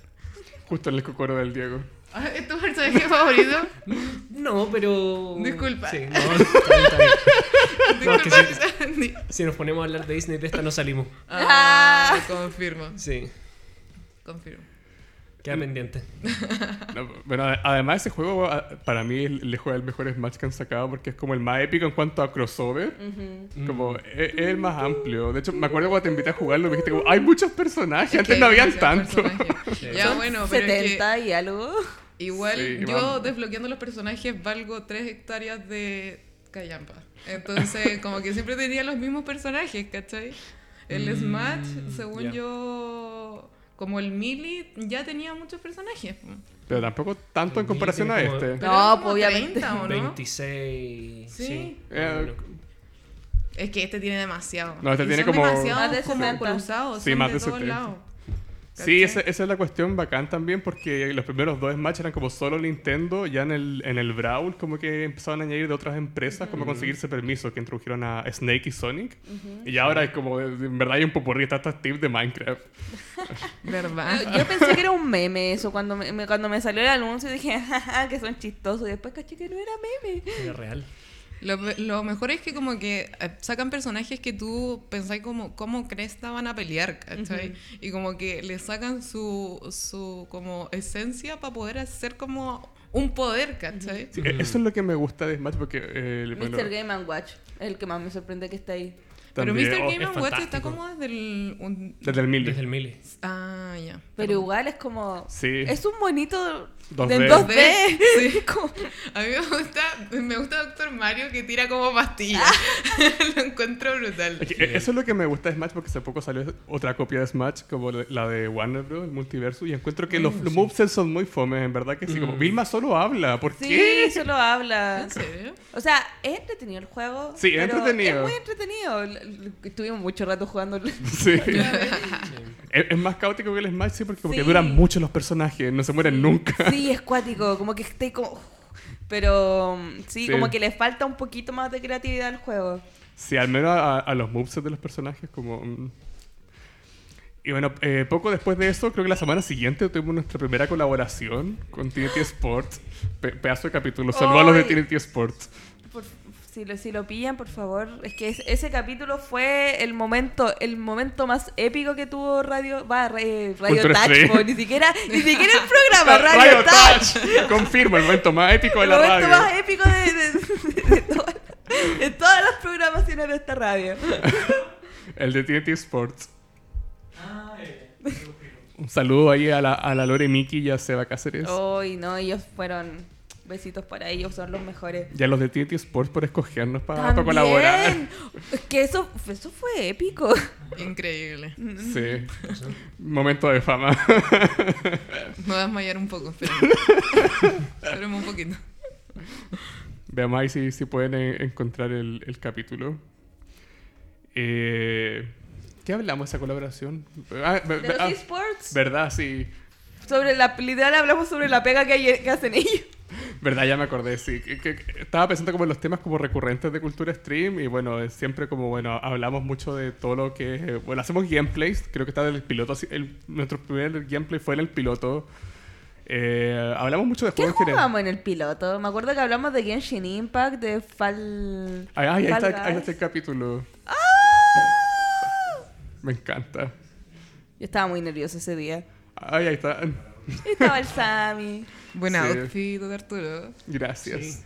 [SPEAKER 1] Justo en el cocoro del Diego.
[SPEAKER 3] Ah, ¿Es tu personaje favorito?
[SPEAKER 4] No, pero.
[SPEAKER 3] Disculpa.
[SPEAKER 4] Sí, no, está bien, está bien. No, es que
[SPEAKER 3] Disculpa,
[SPEAKER 4] sí.
[SPEAKER 3] Sandy.
[SPEAKER 4] Si nos ponemos a hablar de Disney, de esta no salimos.
[SPEAKER 3] Ah, confirmo,
[SPEAKER 4] Sí,
[SPEAKER 3] confirmo.
[SPEAKER 4] queda pendiente.
[SPEAKER 1] No, bueno, ad- además ese juego a- para mí es- le juega el mejor Smash que han sacado porque es como el más épico en cuanto a crossover.
[SPEAKER 4] Mm.
[SPEAKER 1] Como e- es, el más amplio. De hecho, me acuerdo cuando te invité a jugarlo, me dijiste como, hay muchos personajes,
[SPEAKER 3] Es
[SPEAKER 1] antes
[SPEAKER 3] que
[SPEAKER 1] no habían
[SPEAKER 3] demasiados
[SPEAKER 1] tanto.
[SPEAKER 3] personajes.
[SPEAKER 4] Sí.
[SPEAKER 3] Ya, bueno, pero es que
[SPEAKER 2] 70 y algo.
[SPEAKER 3] igual
[SPEAKER 1] Sí,
[SPEAKER 3] yo
[SPEAKER 1] vamos.
[SPEAKER 3] desbloqueando los personajes valgo 3 hectáreas de callampa. Entonces, como que siempre tenía los mismos personajes, ¿cachai? El
[SPEAKER 1] Mm,
[SPEAKER 3] Smash, según
[SPEAKER 4] ya.
[SPEAKER 3] yo, como el Mili, ya tenía muchos personajes.
[SPEAKER 1] Pero tampoco tanto en
[SPEAKER 4] Sí,
[SPEAKER 1] comparación a
[SPEAKER 4] tiene como-
[SPEAKER 1] este.
[SPEAKER 3] Pero
[SPEAKER 2] No,
[SPEAKER 3] eran como
[SPEAKER 2] pues, obviamente.
[SPEAKER 3] 30, ¿o no?
[SPEAKER 4] 26.
[SPEAKER 3] Sí.
[SPEAKER 4] Sí.
[SPEAKER 1] Eh,
[SPEAKER 4] Bueno,
[SPEAKER 3] Es que este tiene demasiado.
[SPEAKER 1] No, este
[SPEAKER 3] Y
[SPEAKER 1] tiene
[SPEAKER 3] son
[SPEAKER 1] como-
[SPEAKER 3] demasiados
[SPEAKER 2] Más de
[SPEAKER 3] como
[SPEAKER 2] 70.
[SPEAKER 3] cruzados,
[SPEAKER 1] Sí,
[SPEAKER 3] son
[SPEAKER 1] más
[SPEAKER 3] de,
[SPEAKER 1] de
[SPEAKER 3] todos
[SPEAKER 1] 70.
[SPEAKER 3] lados.
[SPEAKER 1] Sí, esa,
[SPEAKER 3] ¿Cachai?
[SPEAKER 1] esa es la cuestión bacán también, porque los primeros dos Smash eran como solo Nintendo, ya en el, en el Brawl como que empezaban a añadir de otras empresas, como conseguirse permiso, que introdujeron a Snake y Sonic, y ya ahora es como, en verdad hay un popurrí, está hasta Steve de Minecraft.
[SPEAKER 3] ¿Verdad?
[SPEAKER 2] Yo pensé que era un meme eso. Cuando me, me- cuando me salió el anuncio dije, "Jaja, que son chistosos. Y después caché que no era meme.
[SPEAKER 4] Era real.
[SPEAKER 3] Lo, lo mejor es que como que eh, sacan personajes que tú pensás como, ¿cómo cresta van a pelear? ¿cachai? Y como que le sacan su, su como esencia para poder hacer como un poder, ¿cachai?
[SPEAKER 1] Sí, e- Eso es lo que me gusta de Smash, porque... eh, bueno,
[SPEAKER 2] Mr. Game and Watch es el que más me sorprende que está ahí.
[SPEAKER 3] Pero
[SPEAKER 1] también-
[SPEAKER 3] Mr.
[SPEAKER 1] oh,
[SPEAKER 3] Game
[SPEAKER 4] es
[SPEAKER 3] and Watch está
[SPEAKER 4] fantástico.
[SPEAKER 3] como desde el... un-
[SPEAKER 1] Desde el 1000.
[SPEAKER 4] Desde el mili.
[SPEAKER 3] Ah, ya.
[SPEAKER 2] Pero igual es como...
[SPEAKER 1] Sí.
[SPEAKER 2] Es un bonito...
[SPEAKER 1] 2D.
[SPEAKER 2] De 2D.
[SPEAKER 3] Sí. A mí me gusta, me gusta Doctor Mario que tira como pastillas. lo encuentro brutal.
[SPEAKER 1] Es que, eh, Eso es lo que me gusta de Smash porque hace poco salió otra copia de Smash como la- la de Warner Bros. el multiverso y encuentro que los, los movesets son muy fomes en verdad que sí
[SPEAKER 4] Mm.
[SPEAKER 1] como Vilma solo habla ¿por
[SPEAKER 2] Sí,
[SPEAKER 1] qué?
[SPEAKER 2] solo habla.
[SPEAKER 3] ¿En serio?
[SPEAKER 2] O sea, es entretenido el juego.
[SPEAKER 1] Sí, es
[SPEAKER 2] pero
[SPEAKER 1] entretenido.
[SPEAKER 2] Es muy entretenido. L- l- Estuvimos mucho rato jugando.
[SPEAKER 1] Sí. es, es más caótico que el Smash sí porque, porque
[SPEAKER 2] Sí.
[SPEAKER 1] duran mucho los personajes no se mueren nunca
[SPEAKER 2] Sí, es cuático. Como que estoy como... Pero mm, sí,
[SPEAKER 1] Sí.
[SPEAKER 2] como que le falta un poquito más de creatividad al juego.
[SPEAKER 1] Sí, al menos a, a los movesets de los personajes, como... mm. Y bueno, eh, poco después de eso, creo que la semana siguiente tuvimos nuestra primera colaboración con TNT Sport. Pe- pedazo de capítulo, salvó a los de
[SPEAKER 2] ¡Ay!
[SPEAKER 1] TNT Sport.
[SPEAKER 2] Por- si, lo, si lo pillan, por favor. Es que es- ese capítulo fue el momento el momento más épico que tuvo Radio va, re- Radio
[SPEAKER 1] Cultura
[SPEAKER 2] Touch.
[SPEAKER 1] Street.
[SPEAKER 2] po, ni, siquiera, ni siquiera el programa Radio, Touch.
[SPEAKER 1] Confirmo, el momento más épico de
[SPEAKER 2] El
[SPEAKER 1] la
[SPEAKER 2] momento
[SPEAKER 1] radio.
[SPEAKER 2] más épico de, de- de- de todas- de todas las programaciones de esta radio.
[SPEAKER 1] El de TNT Sports. Un saludo ahí a la, a la Lore Miki y a Seba Cáceres.
[SPEAKER 2] Hoy no, ellos fueron besitos para ellos, son los mejores.
[SPEAKER 1] Y a los de TNT Sports por escogernos para, para
[SPEAKER 2] También.
[SPEAKER 1] colaborar.
[SPEAKER 2] Es que eso, eso fue épico.
[SPEAKER 3] Increíble.
[SPEAKER 1] Sí. Momento de fama.
[SPEAKER 3] Me voy a desmayar un poco, pero. Esperemos un poquito.
[SPEAKER 1] Veamos ahí si, si pueden eh, encontrar el, el capítulo. Eh, ¿Qué hablamos de esa colaboración? Ah, ver-
[SPEAKER 2] De
[SPEAKER 1] ver- ah,
[SPEAKER 2] los esports.
[SPEAKER 1] verdad, sí.
[SPEAKER 2] Sobre la, literal hablamos sobre la pega que, hay- que hacen ellos.
[SPEAKER 1] Verdad, ya me acordé, sí. Que- que- que estaba pensando como en los temas como recurrentes de Cultura Stream y bueno, eh, siempre como, bueno, hablamos mucho de todo lo que es... eh, Bueno, hacemos gameplays, creo que está del piloto, así- el- nuestro primer gameplay fue en el piloto. Eh, hablamos mucho de
[SPEAKER 2] ¿Qué
[SPEAKER 1] juegos en general.
[SPEAKER 2] jugamos en el piloto? Me acuerdo que hablamos de Genshin Impact, de Fall.
[SPEAKER 1] Ay, ay, ahí,
[SPEAKER 2] Fall
[SPEAKER 1] está, ahí
[SPEAKER 2] Guys.
[SPEAKER 1] está el capítulo.
[SPEAKER 2] ¡Ah!
[SPEAKER 1] Me encanta.
[SPEAKER 2] Yo estaba muy nerviosa ese día.
[SPEAKER 1] Ay, ahí está.
[SPEAKER 2] Y Estaba el Sammy.
[SPEAKER 3] Buen
[SPEAKER 1] Sí.
[SPEAKER 3] outfit, Arturo.
[SPEAKER 1] Gracias.
[SPEAKER 4] Sí.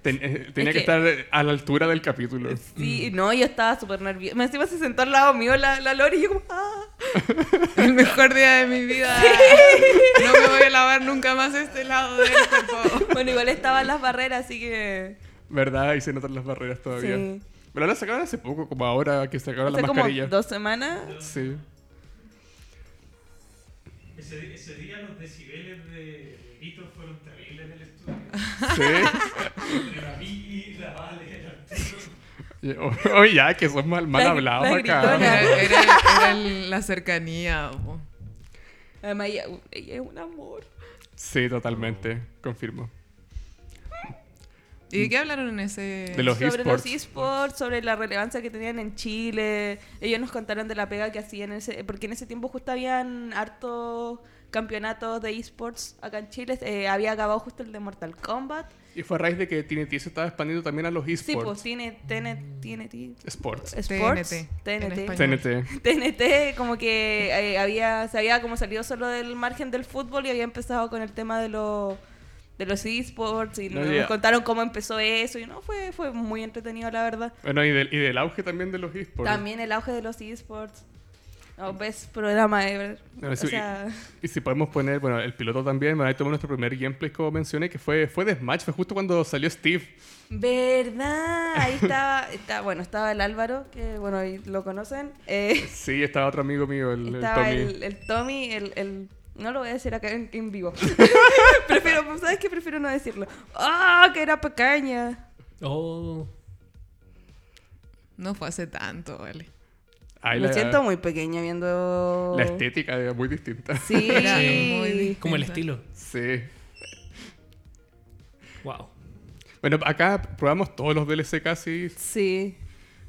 [SPEAKER 1] Ten- eh, tenía
[SPEAKER 2] Es
[SPEAKER 1] que
[SPEAKER 2] que-
[SPEAKER 1] estar a la altura del capítulo. Mm.
[SPEAKER 2] Sí, no, yo estaba súper nerviosa. Me encima se sentó al lado mío la, la Lori y yo como. ¡Ah!
[SPEAKER 3] El mejor día de mi vida. No me voy a lavar nunca más este lado del cuerpo.
[SPEAKER 2] Bueno, igual estaban las barreras, así que.
[SPEAKER 1] ¿Verdad? Y se notan las barreras todavía.
[SPEAKER 2] Sí.
[SPEAKER 1] Pero la sacaron hace poco, como ahora que sacaron
[SPEAKER 2] Hace
[SPEAKER 1] la
[SPEAKER 2] como
[SPEAKER 1] mascarilla.
[SPEAKER 2] dos semanas.
[SPEAKER 1] Sí.
[SPEAKER 5] Ese, ese día los decibeles de gritos fueron terribles en el estudio.
[SPEAKER 1] Sí.
[SPEAKER 5] Entre la Vicky, la Vale, el Arturo.
[SPEAKER 1] Y- o- Oye, ya, que son mal, mal
[SPEAKER 2] La-
[SPEAKER 1] hablados
[SPEAKER 2] la
[SPEAKER 1] acá.
[SPEAKER 2] gritona.
[SPEAKER 3] Era, era el- era el- la cercanía. po.
[SPEAKER 2] Además, ella, ella es un amor.
[SPEAKER 1] Sí, totalmente. Confirmo.
[SPEAKER 3] ¿Y de qué hablaron en ese.?
[SPEAKER 1] De los
[SPEAKER 2] sobre
[SPEAKER 1] esports.
[SPEAKER 2] los esports, sobre la relevancia que tenían en Chile. Ellos nos contaron de la pega que hacían, en ese, porque en ese tiempo justo habían hartos campeonatos de esports acá en Chile. Eh, había acabado justo el de Mortal Kombat.
[SPEAKER 1] Y fue a raíz de que TNT se estaba expandiendo también a los
[SPEAKER 2] Sí, pues
[SPEAKER 1] esports.
[SPEAKER 2] tiene TNT. TNT.
[SPEAKER 1] Sports.
[SPEAKER 2] Sports,
[SPEAKER 3] TNT, en
[SPEAKER 2] TNT.
[SPEAKER 3] español.
[SPEAKER 1] TNT.
[SPEAKER 2] TNT como que eh, había, se había como salido solo del margen del fútbol y había empezado con el tema de los de los esports y
[SPEAKER 1] No,
[SPEAKER 2] nos
[SPEAKER 1] ya.
[SPEAKER 2] contaron cómo empezó eso y no fue fue muy entretenido la verdad.
[SPEAKER 1] Bueno, y del, y del auge también de los esports.
[SPEAKER 2] También el auge de los esports. No, best programa ever.
[SPEAKER 1] No,
[SPEAKER 2] o
[SPEAKER 1] sí, y-
[SPEAKER 2] sea,
[SPEAKER 1] Y si podemos poner, bueno, el piloto también, bueno, ahí tomó nuestro primer gameplay como mencioné, que fue, fue de Smash, fue justo cuando salió Steve.
[SPEAKER 2] verdad, ahí estaba, está, bueno, estaba el Álvaro, que bueno, ahí lo conocen. Eh,
[SPEAKER 1] Sí, estaba otro amigo mío, el, el
[SPEAKER 2] Estaba
[SPEAKER 1] Tommy.
[SPEAKER 2] el, el Tommy, el, el- No lo voy a decir acá en, en vivo. prefiero, ¿sabes qué? Prefiero no decirlo. ¡Ah! que era pequeña.
[SPEAKER 4] Oh.
[SPEAKER 3] No fue hace tanto, vale.
[SPEAKER 1] Ahí
[SPEAKER 2] Me
[SPEAKER 1] la,
[SPEAKER 2] siento muy pequeña viendo...
[SPEAKER 1] la estética es muy distinta.
[SPEAKER 2] Sí.
[SPEAKER 3] Era muy distinta.
[SPEAKER 4] Como el estilo.
[SPEAKER 1] Sí.
[SPEAKER 4] Wow.
[SPEAKER 1] Bueno, acá probamos todos los DLC casi.
[SPEAKER 2] Sí.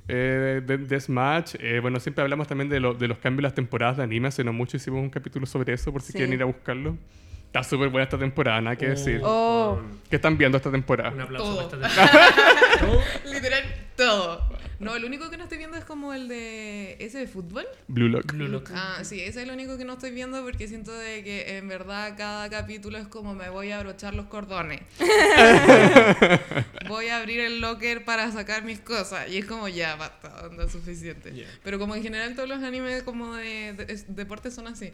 [SPEAKER 1] eh, de, de Smash. Eh, bueno, siempre hablamos también de, lo- de los cambios de las temporadas de anime. Hace no mucho hicimos un capítulo sobre eso, por si
[SPEAKER 2] Sí.
[SPEAKER 1] quieren ir a buscarlo. Está súper buena esta temporada, nada que decir.
[SPEAKER 2] Oh.
[SPEAKER 1] ¿Qué están viendo esta temporada?
[SPEAKER 4] Un aplauso
[SPEAKER 3] Todo.
[SPEAKER 4] para esta temporada. Todo.
[SPEAKER 3] Literal, todo. No, el único que no estoy viendo es como el de ese de fútbol.
[SPEAKER 1] Blue Lock.
[SPEAKER 4] Blue Lock.
[SPEAKER 3] Ah, sí, ese es el único que no estoy viendo porque siento de que en verdad cada capítulo es como me voy a abrochar los cordones. voy a abrir el locker para sacar mis cosas. Y es como ya, basta, onda suficiente.
[SPEAKER 4] Ya.
[SPEAKER 3] Pero como en general todos los animes como de, de- es- deportes son así.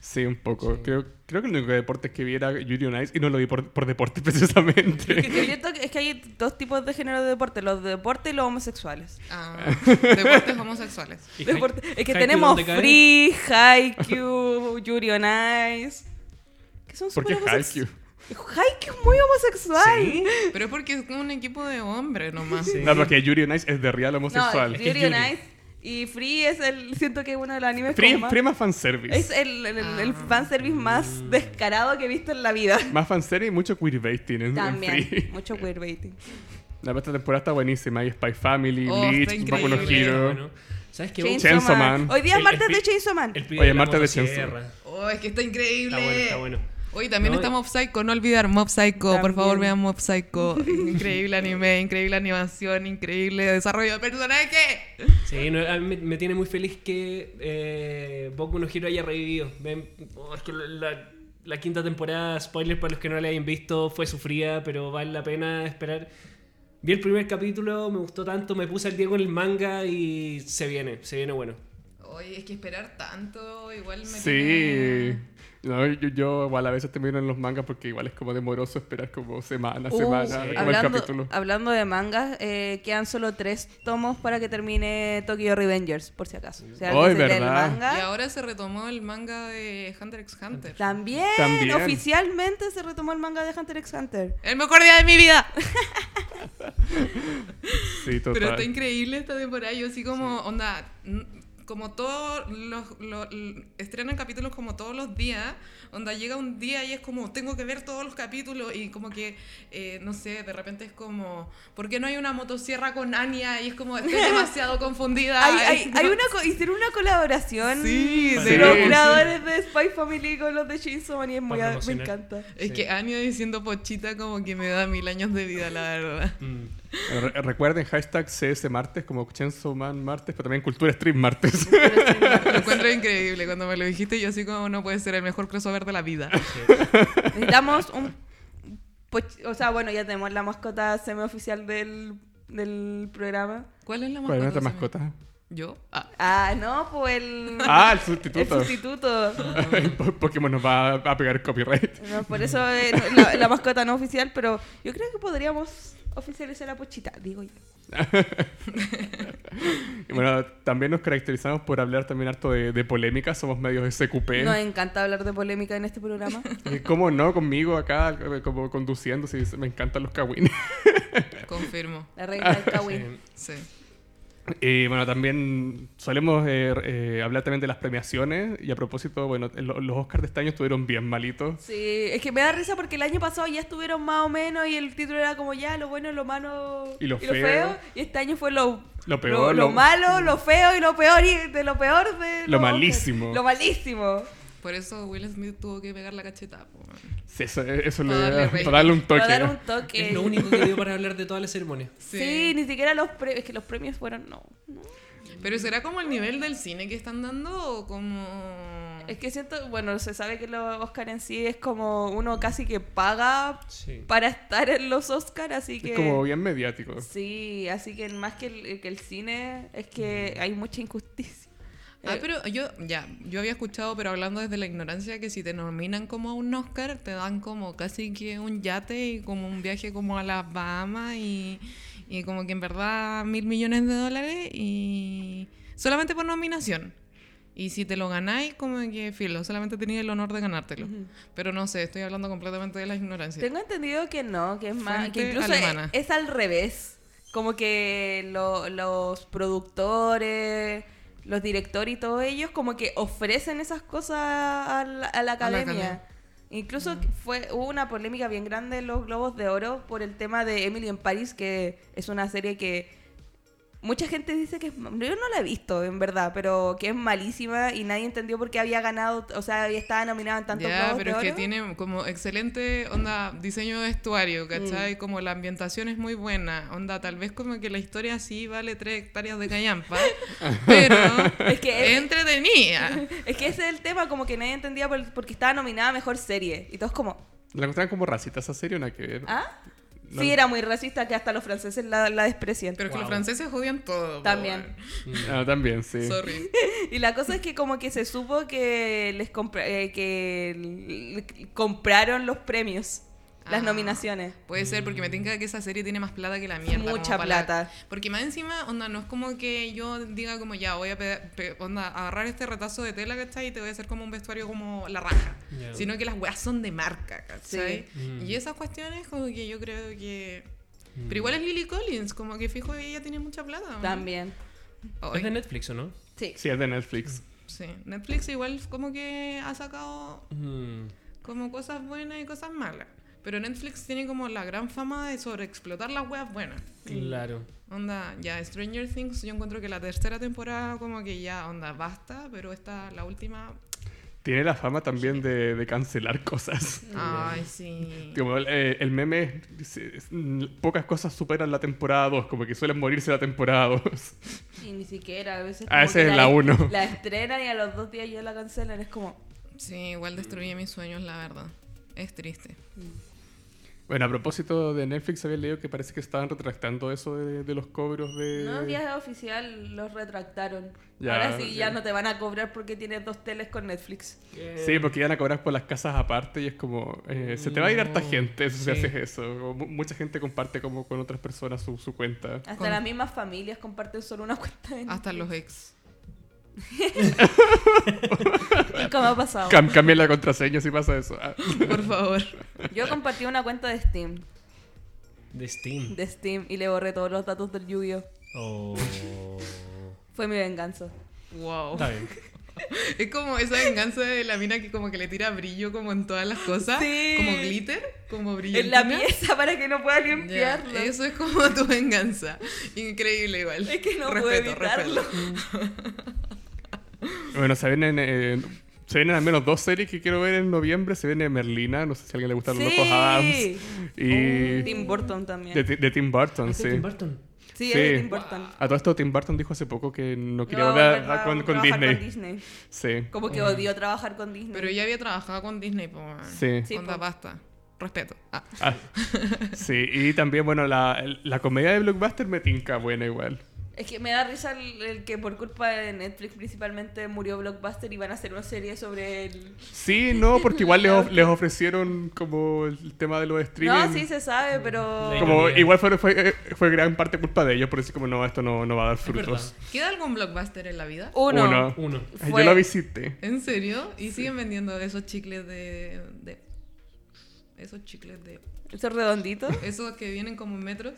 [SPEAKER 1] Sí, un poco. Creo, creo que el único deporte que vi era Yuri on Ice y no lo vi por, por deporte precisamente.
[SPEAKER 2] Lo cierto es que hay dos tipos de género de deporte, los de deporte y los homosexuales.
[SPEAKER 3] Ah, deportes homosexuales.
[SPEAKER 4] ¿Y
[SPEAKER 2] Deporte-
[SPEAKER 4] Hai-
[SPEAKER 2] es que
[SPEAKER 4] Haikyuu
[SPEAKER 2] tenemos
[SPEAKER 4] dónde cae?
[SPEAKER 2] Free, Haikyuu, Yuri on Ice. Que son
[SPEAKER 1] ¿Por qué
[SPEAKER 2] súper homosex-
[SPEAKER 1] Haikyuu?
[SPEAKER 2] Haikyuu es muy homosexual.
[SPEAKER 3] Pero es porque es como un equipo de hombres nomás.
[SPEAKER 4] Sí.
[SPEAKER 1] No, porque Yuri on Ice es de real homosexual.
[SPEAKER 2] No,
[SPEAKER 4] que es
[SPEAKER 2] Yuri on
[SPEAKER 4] Yuri.
[SPEAKER 2] Ice. Y Free es el. Siento que es uno de los animes
[SPEAKER 1] Free,
[SPEAKER 2] como más.
[SPEAKER 1] free más fanservice.
[SPEAKER 2] Es el, el, el- el
[SPEAKER 3] Ah.
[SPEAKER 2] fanservice más descarado que he visto en la vida.
[SPEAKER 1] Más fanservice y mucho queerbaiting en, en Free.
[SPEAKER 2] También. Mucho queerbaiting.
[SPEAKER 1] La esta temporada está buenísima. Hay Spy Family,
[SPEAKER 3] Oh, está
[SPEAKER 1] Bleach, Boku no
[SPEAKER 3] increíble.
[SPEAKER 1] Hero.
[SPEAKER 4] Bueno, ¿Sabes qué?
[SPEAKER 1] Chainsaw Chainsaw Man. Man.
[SPEAKER 2] Hoy día es
[SPEAKER 4] El-
[SPEAKER 2] martes
[SPEAKER 4] el
[SPEAKER 2] de
[SPEAKER 4] pi-
[SPEAKER 2] Chainsaw Man.
[SPEAKER 4] El pibe
[SPEAKER 1] Oye,
[SPEAKER 4] de la
[SPEAKER 1] Marta de
[SPEAKER 4] motosierra.
[SPEAKER 3] Oh, es que está increíble.
[SPEAKER 4] Está bueno, está bueno.
[SPEAKER 3] Hoy también
[SPEAKER 4] No,
[SPEAKER 3] está Mob Psycho, no olvidar Mob Psycho, por
[SPEAKER 2] También.
[SPEAKER 3] favor vean Mob Psycho. Increíble anime, increíble animación, increíble desarrollo de personaje.
[SPEAKER 4] Sí, no, a mí me, me tiene muy feliz que eh, Boku no Hero haya revivido. Ven, oh, es que la, la- la quinta temporada, spoiler para los que no la hayan visto, fue sufrida, pero vale la pena esperar. Vi el primer capítulo, me gustó tanto, me puse al día con el manga y se viene, se viene bueno.
[SPEAKER 3] Oye, es que esperar tanto, igual me
[SPEAKER 1] Sí.
[SPEAKER 3] tiene-
[SPEAKER 1] No, yo, yo igual a veces termino en los mangas porque igual es como demoroso esperar como semana,
[SPEAKER 2] Uh,
[SPEAKER 1] semana,
[SPEAKER 4] sí.
[SPEAKER 1] como el
[SPEAKER 2] hablando,
[SPEAKER 1] capítulo.
[SPEAKER 2] hablando de mangas, eh, quedan solo tres tomos para que termine Tokyo Revengers, por si acaso. O sea,
[SPEAKER 1] Oh,
[SPEAKER 2] alguien se
[SPEAKER 1] es
[SPEAKER 2] lee el
[SPEAKER 1] verdad.
[SPEAKER 2] manga.
[SPEAKER 3] Y ahora se retomó el manga de Hunter x Hunter.
[SPEAKER 2] También,
[SPEAKER 1] También.
[SPEAKER 2] oficialmente se retomó el manga de Hunter x Hunter.
[SPEAKER 3] El mejor día de mi vida.
[SPEAKER 1] Sí, total.
[SPEAKER 3] Pero está increíble esta temporada. Yo así como, onda, n- como todos los... lo- l- estrenan capítulos como todos los días. Onda, llega un día y es como, tengo que ver todos los capítulos. Y como que, eh, no sé, de repente es como, ¿por qué no hay una motosierra con Anya? Y es como, estoy demasiado confundida.
[SPEAKER 2] Hay,
[SPEAKER 3] Es
[SPEAKER 2] hay,
[SPEAKER 3] como-
[SPEAKER 2] hay una co- hicieron una colaboración
[SPEAKER 3] Sí,
[SPEAKER 2] de
[SPEAKER 1] sí,
[SPEAKER 2] los
[SPEAKER 1] sí.
[SPEAKER 2] creadores de Spy Family con los de Chainsaw Man y es muy,
[SPEAKER 4] Para
[SPEAKER 2] me
[SPEAKER 4] promocionar.
[SPEAKER 2] encanta.
[SPEAKER 3] Es
[SPEAKER 4] Sí.
[SPEAKER 3] que Anya diciendo pochita como que me da mil años de vida, la verdad.
[SPEAKER 1] Mm. Bueno, re- recuerden hashtag CS Martes como Chainsaw Man Martes, pero también Cultura Stream Martes.
[SPEAKER 3] Lo encuentro increíble. Cuando me lo dijiste, yo así como, no puede ser el mejor crossover de la vida.
[SPEAKER 2] Necesitamos un... poch- O sea, bueno, ya tenemos la mascota semioficial del, del programa.
[SPEAKER 3] ¿Cuál es la mascota?
[SPEAKER 1] ¿Cuál es nuestra
[SPEAKER 3] Sammy?
[SPEAKER 1] mascota?
[SPEAKER 3] ¿Yo? Ah.
[SPEAKER 2] Ah, no, pues el...
[SPEAKER 1] Ah, el
[SPEAKER 2] el
[SPEAKER 1] sustituto.
[SPEAKER 2] sustituto.
[SPEAKER 1] Po- Pokémon nos va a- a pegar copyright.
[SPEAKER 2] No, por eso eh, no, la, la mascota no oficial, pero yo creo que podríamos oficializar a Pochita, digo yo.
[SPEAKER 1] Y bueno, también nos caracterizamos por hablar también harto de, de polémica. Somos medios SQP.
[SPEAKER 2] Nos encanta hablar de polémica en este programa.
[SPEAKER 1] Y Eh, ¿Cómo no? Conmigo acá, eh, como conduciendo, sí, me encantan los cagüines.
[SPEAKER 3] Confirmo,
[SPEAKER 2] La reina del Kawin.
[SPEAKER 3] sí.
[SPEAKER 1] Y bueno, también solemos eh, eh, hablar también de las premiaciones. Y a propósito, bueno, lo- los Oscars de este año estuvieron bien malitos.
[SPEAKER 2] Sí, es que me da risa porque el año pasado ya estuvieron más o menos y el título era como ya lo bueno, lo malo
[SPEAKER 1] Y lo feo.
[SPEAKER 2] Y este año fue lo,
[SPEAKER 1] Lo peor,
[SPEAKER 2] lo,
[SPEAKER 1] lo-
[SPEAKER 2] malo, lo feo y lo peor y de lo peor de
[SPEAKER 1] Lo
[SPEAKER 2] los Oscars.
[SPEAKER 1] malísimo.
[SPEAKER 2] Lo malísimo.
[SPEAKER 3] Por eso Will Smith tuvo que pegar la cacheta. po.
[SPEAKER 1] Sí, eso eh, eso le
[SPEAKER 3] Para darle
[SPEAKER 1] da
[SPEAKER 3] rating.
[SPEAKER 1] para darle un toque.
[SPEAKER 2] Para dar un toque.
[SPEAKER 4] Es lo único que dio para hablar de toda la ceremonia.
[SPEAKER 2] Sí. ni siquiera los premios, es que los premios fueron no.
[SPEAKER 3] Pero será como el nivel del cine que están dando o como.
[SPEAKER 2] Es que siento, bueno, se sabe que los Oscar en sí es como uno casi que paga
[SPEAKER 4] Sí.
[SPEAKER 2] para estar en los Oscar, así que
[SPEAKER 1] Es como bien mediático.
[SPEAKER 2] Sí, así que más que el, que el cine es que
[SPEAKER 1] Mm.
[SPEAKER 2] hay mucha injusticia.
[SPEAKER 3] Ah,
[SPEAKER 2] Eh,
[SPEAKER 3] pero yo, ya, yo había escuchado, pero hablando desde la ignorancia, que si te nominan como a un Oscar, te dan como casi que un yate y como un viaje como a las Bahamas y, y como que en verdad mil millones de dólares y solamente por nominación. Y si te lo ganáis, como que filo, solamente tenías el honor de ganártelo. Pero no sé, estoy hablando completamente de la ignorancia.
[SPEAKER 2] Tengo entendido que no, que es más,
[SPEAKER 3] Fuente
[SPEAKER 2] que incluso e es,
[SPEAKER 3] alemana.
[SPEAKER 2] es al revés, como que lo- los productores los directores y todos ellos como que ofrecen esas cosas a la, a la academia.
[SPEAKER 3] academia. Mm.
[SPEAKER 2] Incluso fue, hubo una polémica bien grande en los Globos de Oro por el tema de Emily en París, que es una serie que mucha gente dice que es... ma- Yo no la he visto, en verdad, pero que es malísima y nadie entendió por qué había ganado, o sea, había estaba nominada en tantos
[SPEAKER 3] Ya,
[SPEAKER 2] Globos
[SPEAKER 3] pero
[SPEAKER 2] de
[SPEAKER 3] es que
[SPEAKER 2] Oro.
[SPEAKER 3] tiene como excelente onda diseño de vestuario, ¿cachai? Como la ambientación es muy buena. Onda, tal vez como que la historia sí vale tres hectáreas de callampa, pero
[SPEAKER 2] Es que-
[SPEAKER 3] entretenida.
[SPEAKER 2] Es que ese es el tema, como que nadie entendía por, porque estaba nominada a Mejor Serie. Y todos como,
[SPEAKER 1] La encontraban como racita esa serie, una que ver.
[SPEAKER 2] ¿ah?
[SPEAKER 1] No.
[SPEAKER 2] Sí, era muy racista que hasta los franceses la, la desprecian.
[SPEAKER 3] Pero es que los
[SPEAKER 4] Wow.
[SPEAKER 3] franceses odian todo. po,
[SPEAKER 2] También.
[SPEAKER 4] Mm.
[SPEAKER 1] Ah, también, sí.
[SPEAKER 3] weón. Sorry.
[SPEAKER 2] Y la cosa es que como que se supo que les compra- eh, que l- l- compraron los premios, las
[SPEAKER 3] Ah.
[SPEAKER 2] nominaciones.
[SPEAKER 3] Puede ser, porque me tinca que esa serie tiene más plata que la mierda. como
[SPEAKER 2] Mucha
[SPEAKER 3] para la-
[SPEAKER 2] plata.
[SPEAKER 3] Porque más encima, onda, no es como que yo diga como ya, voy a pe- pe- onda, agarrar este retazo de tela, ¿cachai? Y te voy a hacer como un vestuario como la raja.
[SPEAKER 4] Ya.
[SPEAKER 3] Sino que las weas son de marca, ¿cachai?
[SPEAKER 4] Sí. Mm.
[SPEAKER 3] Y esas cuestiones como que yo creo que...
[SPEAKER 4] Mm.
[SPEAKER 3] Pero igual es Lily Collins, como que fijo ella tiene mucha plata. ¿no?
[SPEAKER 2] También.
[SPEAKER 3] Ay,
[SPEAKER 4] Es de Netflix, ¿o no?
[SPEAKER 2] Sí.
[SPEAKER 1] Sí, es de Netflix.
[SPEAKER 3] sí. Netflix igual como que ha sacado
[SPEAKER 4] Mm.
[SPEAKER 3] como cosas buenas y cosas malas. Pero Netflix tiene como la gran fama de sobreexplotar las weas buenas.
[SPEAKER 4] Claro.
[SPEAKER 3] Onda, ya Stranger Things, yo encuentro que la tercera temporada como que ya, onda, basta, pero esta, la última...
[SPEAKER 1] Tiene la fama también de, de cancelar cosas.
[SPEAKER 3] Ay, sí.
[SPEAKER 1] Como el, eh, el meme, dice, es- mm, pocas cosas superan la temporada 2, como que suelen morirse la temporada 2.
[SPEAKER 2] Y ni siquiera, a veces...
[SPEAKER 1] Ah,
[SPEAKER 2] como
[SPEAKER 1] esa
[SPEAKER 2] que
[SPEAKER 1] es la uno.
[SPEAKER 2] La estrenan y a los dos días ya la cancelan. Es como,
[SPEAKER 3] Sí, igual destruye mis sueños, la verdad. Es triste.
[SPEAKER 1] Bueno, a propósito de Netflix, había leído que parece que estaban retractando eso de, de los cobros de...
[SPEAKER 2] no, días oficial los retractaron.
[SPEAKER 1] Eh. Ya,
[SPEAKER 2] Ahora sí, ya
[SPEAKER 1] ok.
[SPEAKER 2] no te van a cobrar porque tienes dos teles con Netflix.
[SPEAKER 1] Sí, porque iban a cobrar por las casas aparte y es como, eh, se te va a ir harta
[SPEAKER 4] No,
[SPEAKER 1] gente eso, si
[SPEAKER 4] sí.
[SPEAKER 1] haces eso. Como mu- mucha gente comparte como con otras personas su, su cuenta.
[SPEAKER 2] Hasta
[SPEAKER 3] Con-
[SPEAKER 2] las mismas familias comparten solo una cuenta de
[SPEAKER 3] Hasta los ex.
[SPEAKER 2] Netflix. Nunca me ha pasado.
[SPEAKER 1] Cam- cambia la contraseña si pasa eso. Ah,
[SPEAKER 3] Por favor.
[SPEAKER 2] Yo compartí una cuenta de Steam,
[SPEAKER 4] De Steam.
[SPEAKER 2] de Steam, y le borré todos los datos del yu
[SPEAKER 4] Oh.
[SPEAKER 2] Fue mi venganza.
[SPEAKER 3] Wow.
[SPEAKER 4] Está bien.
[SPEAKER 1] Ah,
[SPEAKER 3] Es como esa venganza de la mina que como que le tira brillo como en todas las cosas.
[SPEAKER 2] Sí.
[SPEAKER 3] Como glitter, como brillo.
[SPEAKER 2] en la pieza para que no pueda limpiarlo.
[SPEAKER 3] Eso es como tu venganza. Increíble igual.
[SPEAKER 2] Es que no puedo evitarlo.
[SPEAKER 1] Bueno, se vienen, eh, se vienen al menos dos series que quiero ver en noviembre. Se viene Merlina, no sé si a alguien le gustan los
[SPEAKER 2] Sí. Oh. Uh,
[SPEAKER 1] locos Adams. Y...
[SPEAKER 2] Tim Burton también.
[SPEAKER 1] de, Ti- de Tim Burton,
[SPEAKER 4] Este ¿Es de
[SPEAKER 1] sí.
[SPEAKER 4] Tim Burton?
[SPEAKER 2] sí, es de
[SPEAKER 1] Sí.
[SPEAKER 2] Tim Burton.
[SPEAKER 1] A todo esto, Tim Burton dijo hace poco que no quería
[SPEAKER 2] No,
[SPEAKER 1] volver a-
[SPEAKER 2] verdad,
[SPEAKER 1] a- con, con
[SPEAKER 2] trabajar
[SPEAKER 1] Disney.
[SPEAKER 2] con Disney.
[SPEAKER 1] Sí,
[SPEAKER 2] Como que odió trabajar con Disney.
[SPEAKER 3] Oh. Pero ella había trabajado con Disney, po, weón.
[SPEAKER 1] sí.
[SPEAKER 2] Sí,
[SPEAKER 3] Onda,
[SPEAKER 2] po.
[SPEAKER 3] basta. Respeto. Ah.
[SPEAKER 1] Ah, sí, y también, bueno, la, la comedia de Blockbuster me tinca buena igual.
[SPEAKER 2] Es que me da risa el, el que por culpa de Netflix principalmente murió Blockbuster y van a hacer una serie sobre el...
[SPEAKER 1] Sí, no, porque igual les, of- les ofrecieron como el tema de los streaming.
[SPEAKER 2] No, sí se sabe, pero...
[SPEAKER 4] La-
[SPEAKER 1] Como, igual fue, fue, fue gran parte culpa de ellos, por decir como, no, esto no, no va a dar frutos.
[SPEAKER 3] ¿Queda algún blockbuster en la vida?
[SPEAKER 2] Uno.
[SPEAKER 1] Uno.
[SPEAKER 4] Uno.
[SPEAKER 1] Ay,
[SPEAKER 2] Fue-
[SPEAKER 1] Yo lo visité.
[SPEAKER 3] ¿En serio? Y siguen vendiendo esos chicles de, de- Esos chicles de...
[SPEAKER 2] Eso es redondito.
[SPEAKER 3] Esos que vienen como en metros.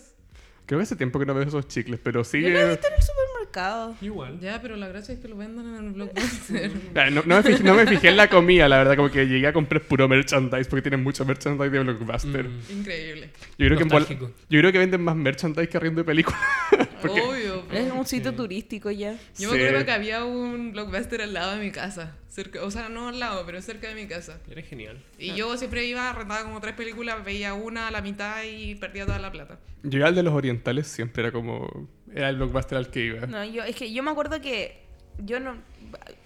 [SPEAKER 1] Creo que hace tiempo que no veo esos chicles, pero sí...
[SPEAKER 2] Yo lo he
[SPEAKER 1] eh,
[SPEAKER 2] visto en el supermercado.
[SPEAKER 4] Igual.
[SPEAKER 3] Ya, pero la gracia es que lo vendan en el blockbuster.
[SPEAKER 1] Ah, No, no me fijé, no me fijé en la comida, la verdad, como que llegué a comprar puro merchandise, porque tienen mucho merchandise de Blockbuster.
[SPEAKER 4] Mm.
[SPEAKER 3] Increíble.
[SPEAKER 1] Yo, creo que en bola-
[SPEAKER 4] Nostálgico.
[SPEAKER 1] yo creo que venden más merchandise que arriendo de películas. Porque-
[SPEAKER 3] Obvio. po.
[SPEAKER 2] Es un sitio
[SPEAKER 4] Sí.
[SPEAKER 2] turístico ya.
[SPEAKER 3] Yo
[SPEAKER 1] Sí.
[SPEAKER 3] me acuerdo que había un blockbuster al lado de mi casa. Cerca, o sea, no al lado, pero cerca de mi casa.
[SPEAKER 4] Era genial.
[SPEAKER 2] Ah.
[SPEAKER 3] Y yo siempre iba, rentaba como tres películas, veía una a la mitad y perdía toda la plata.
[SPEAKER 1] Yo era el de los orientales, siempre era como... Era el Blockbuster al que iba.
[SPEAKER 2] No, yo, es que yo me acuerdo que yo no.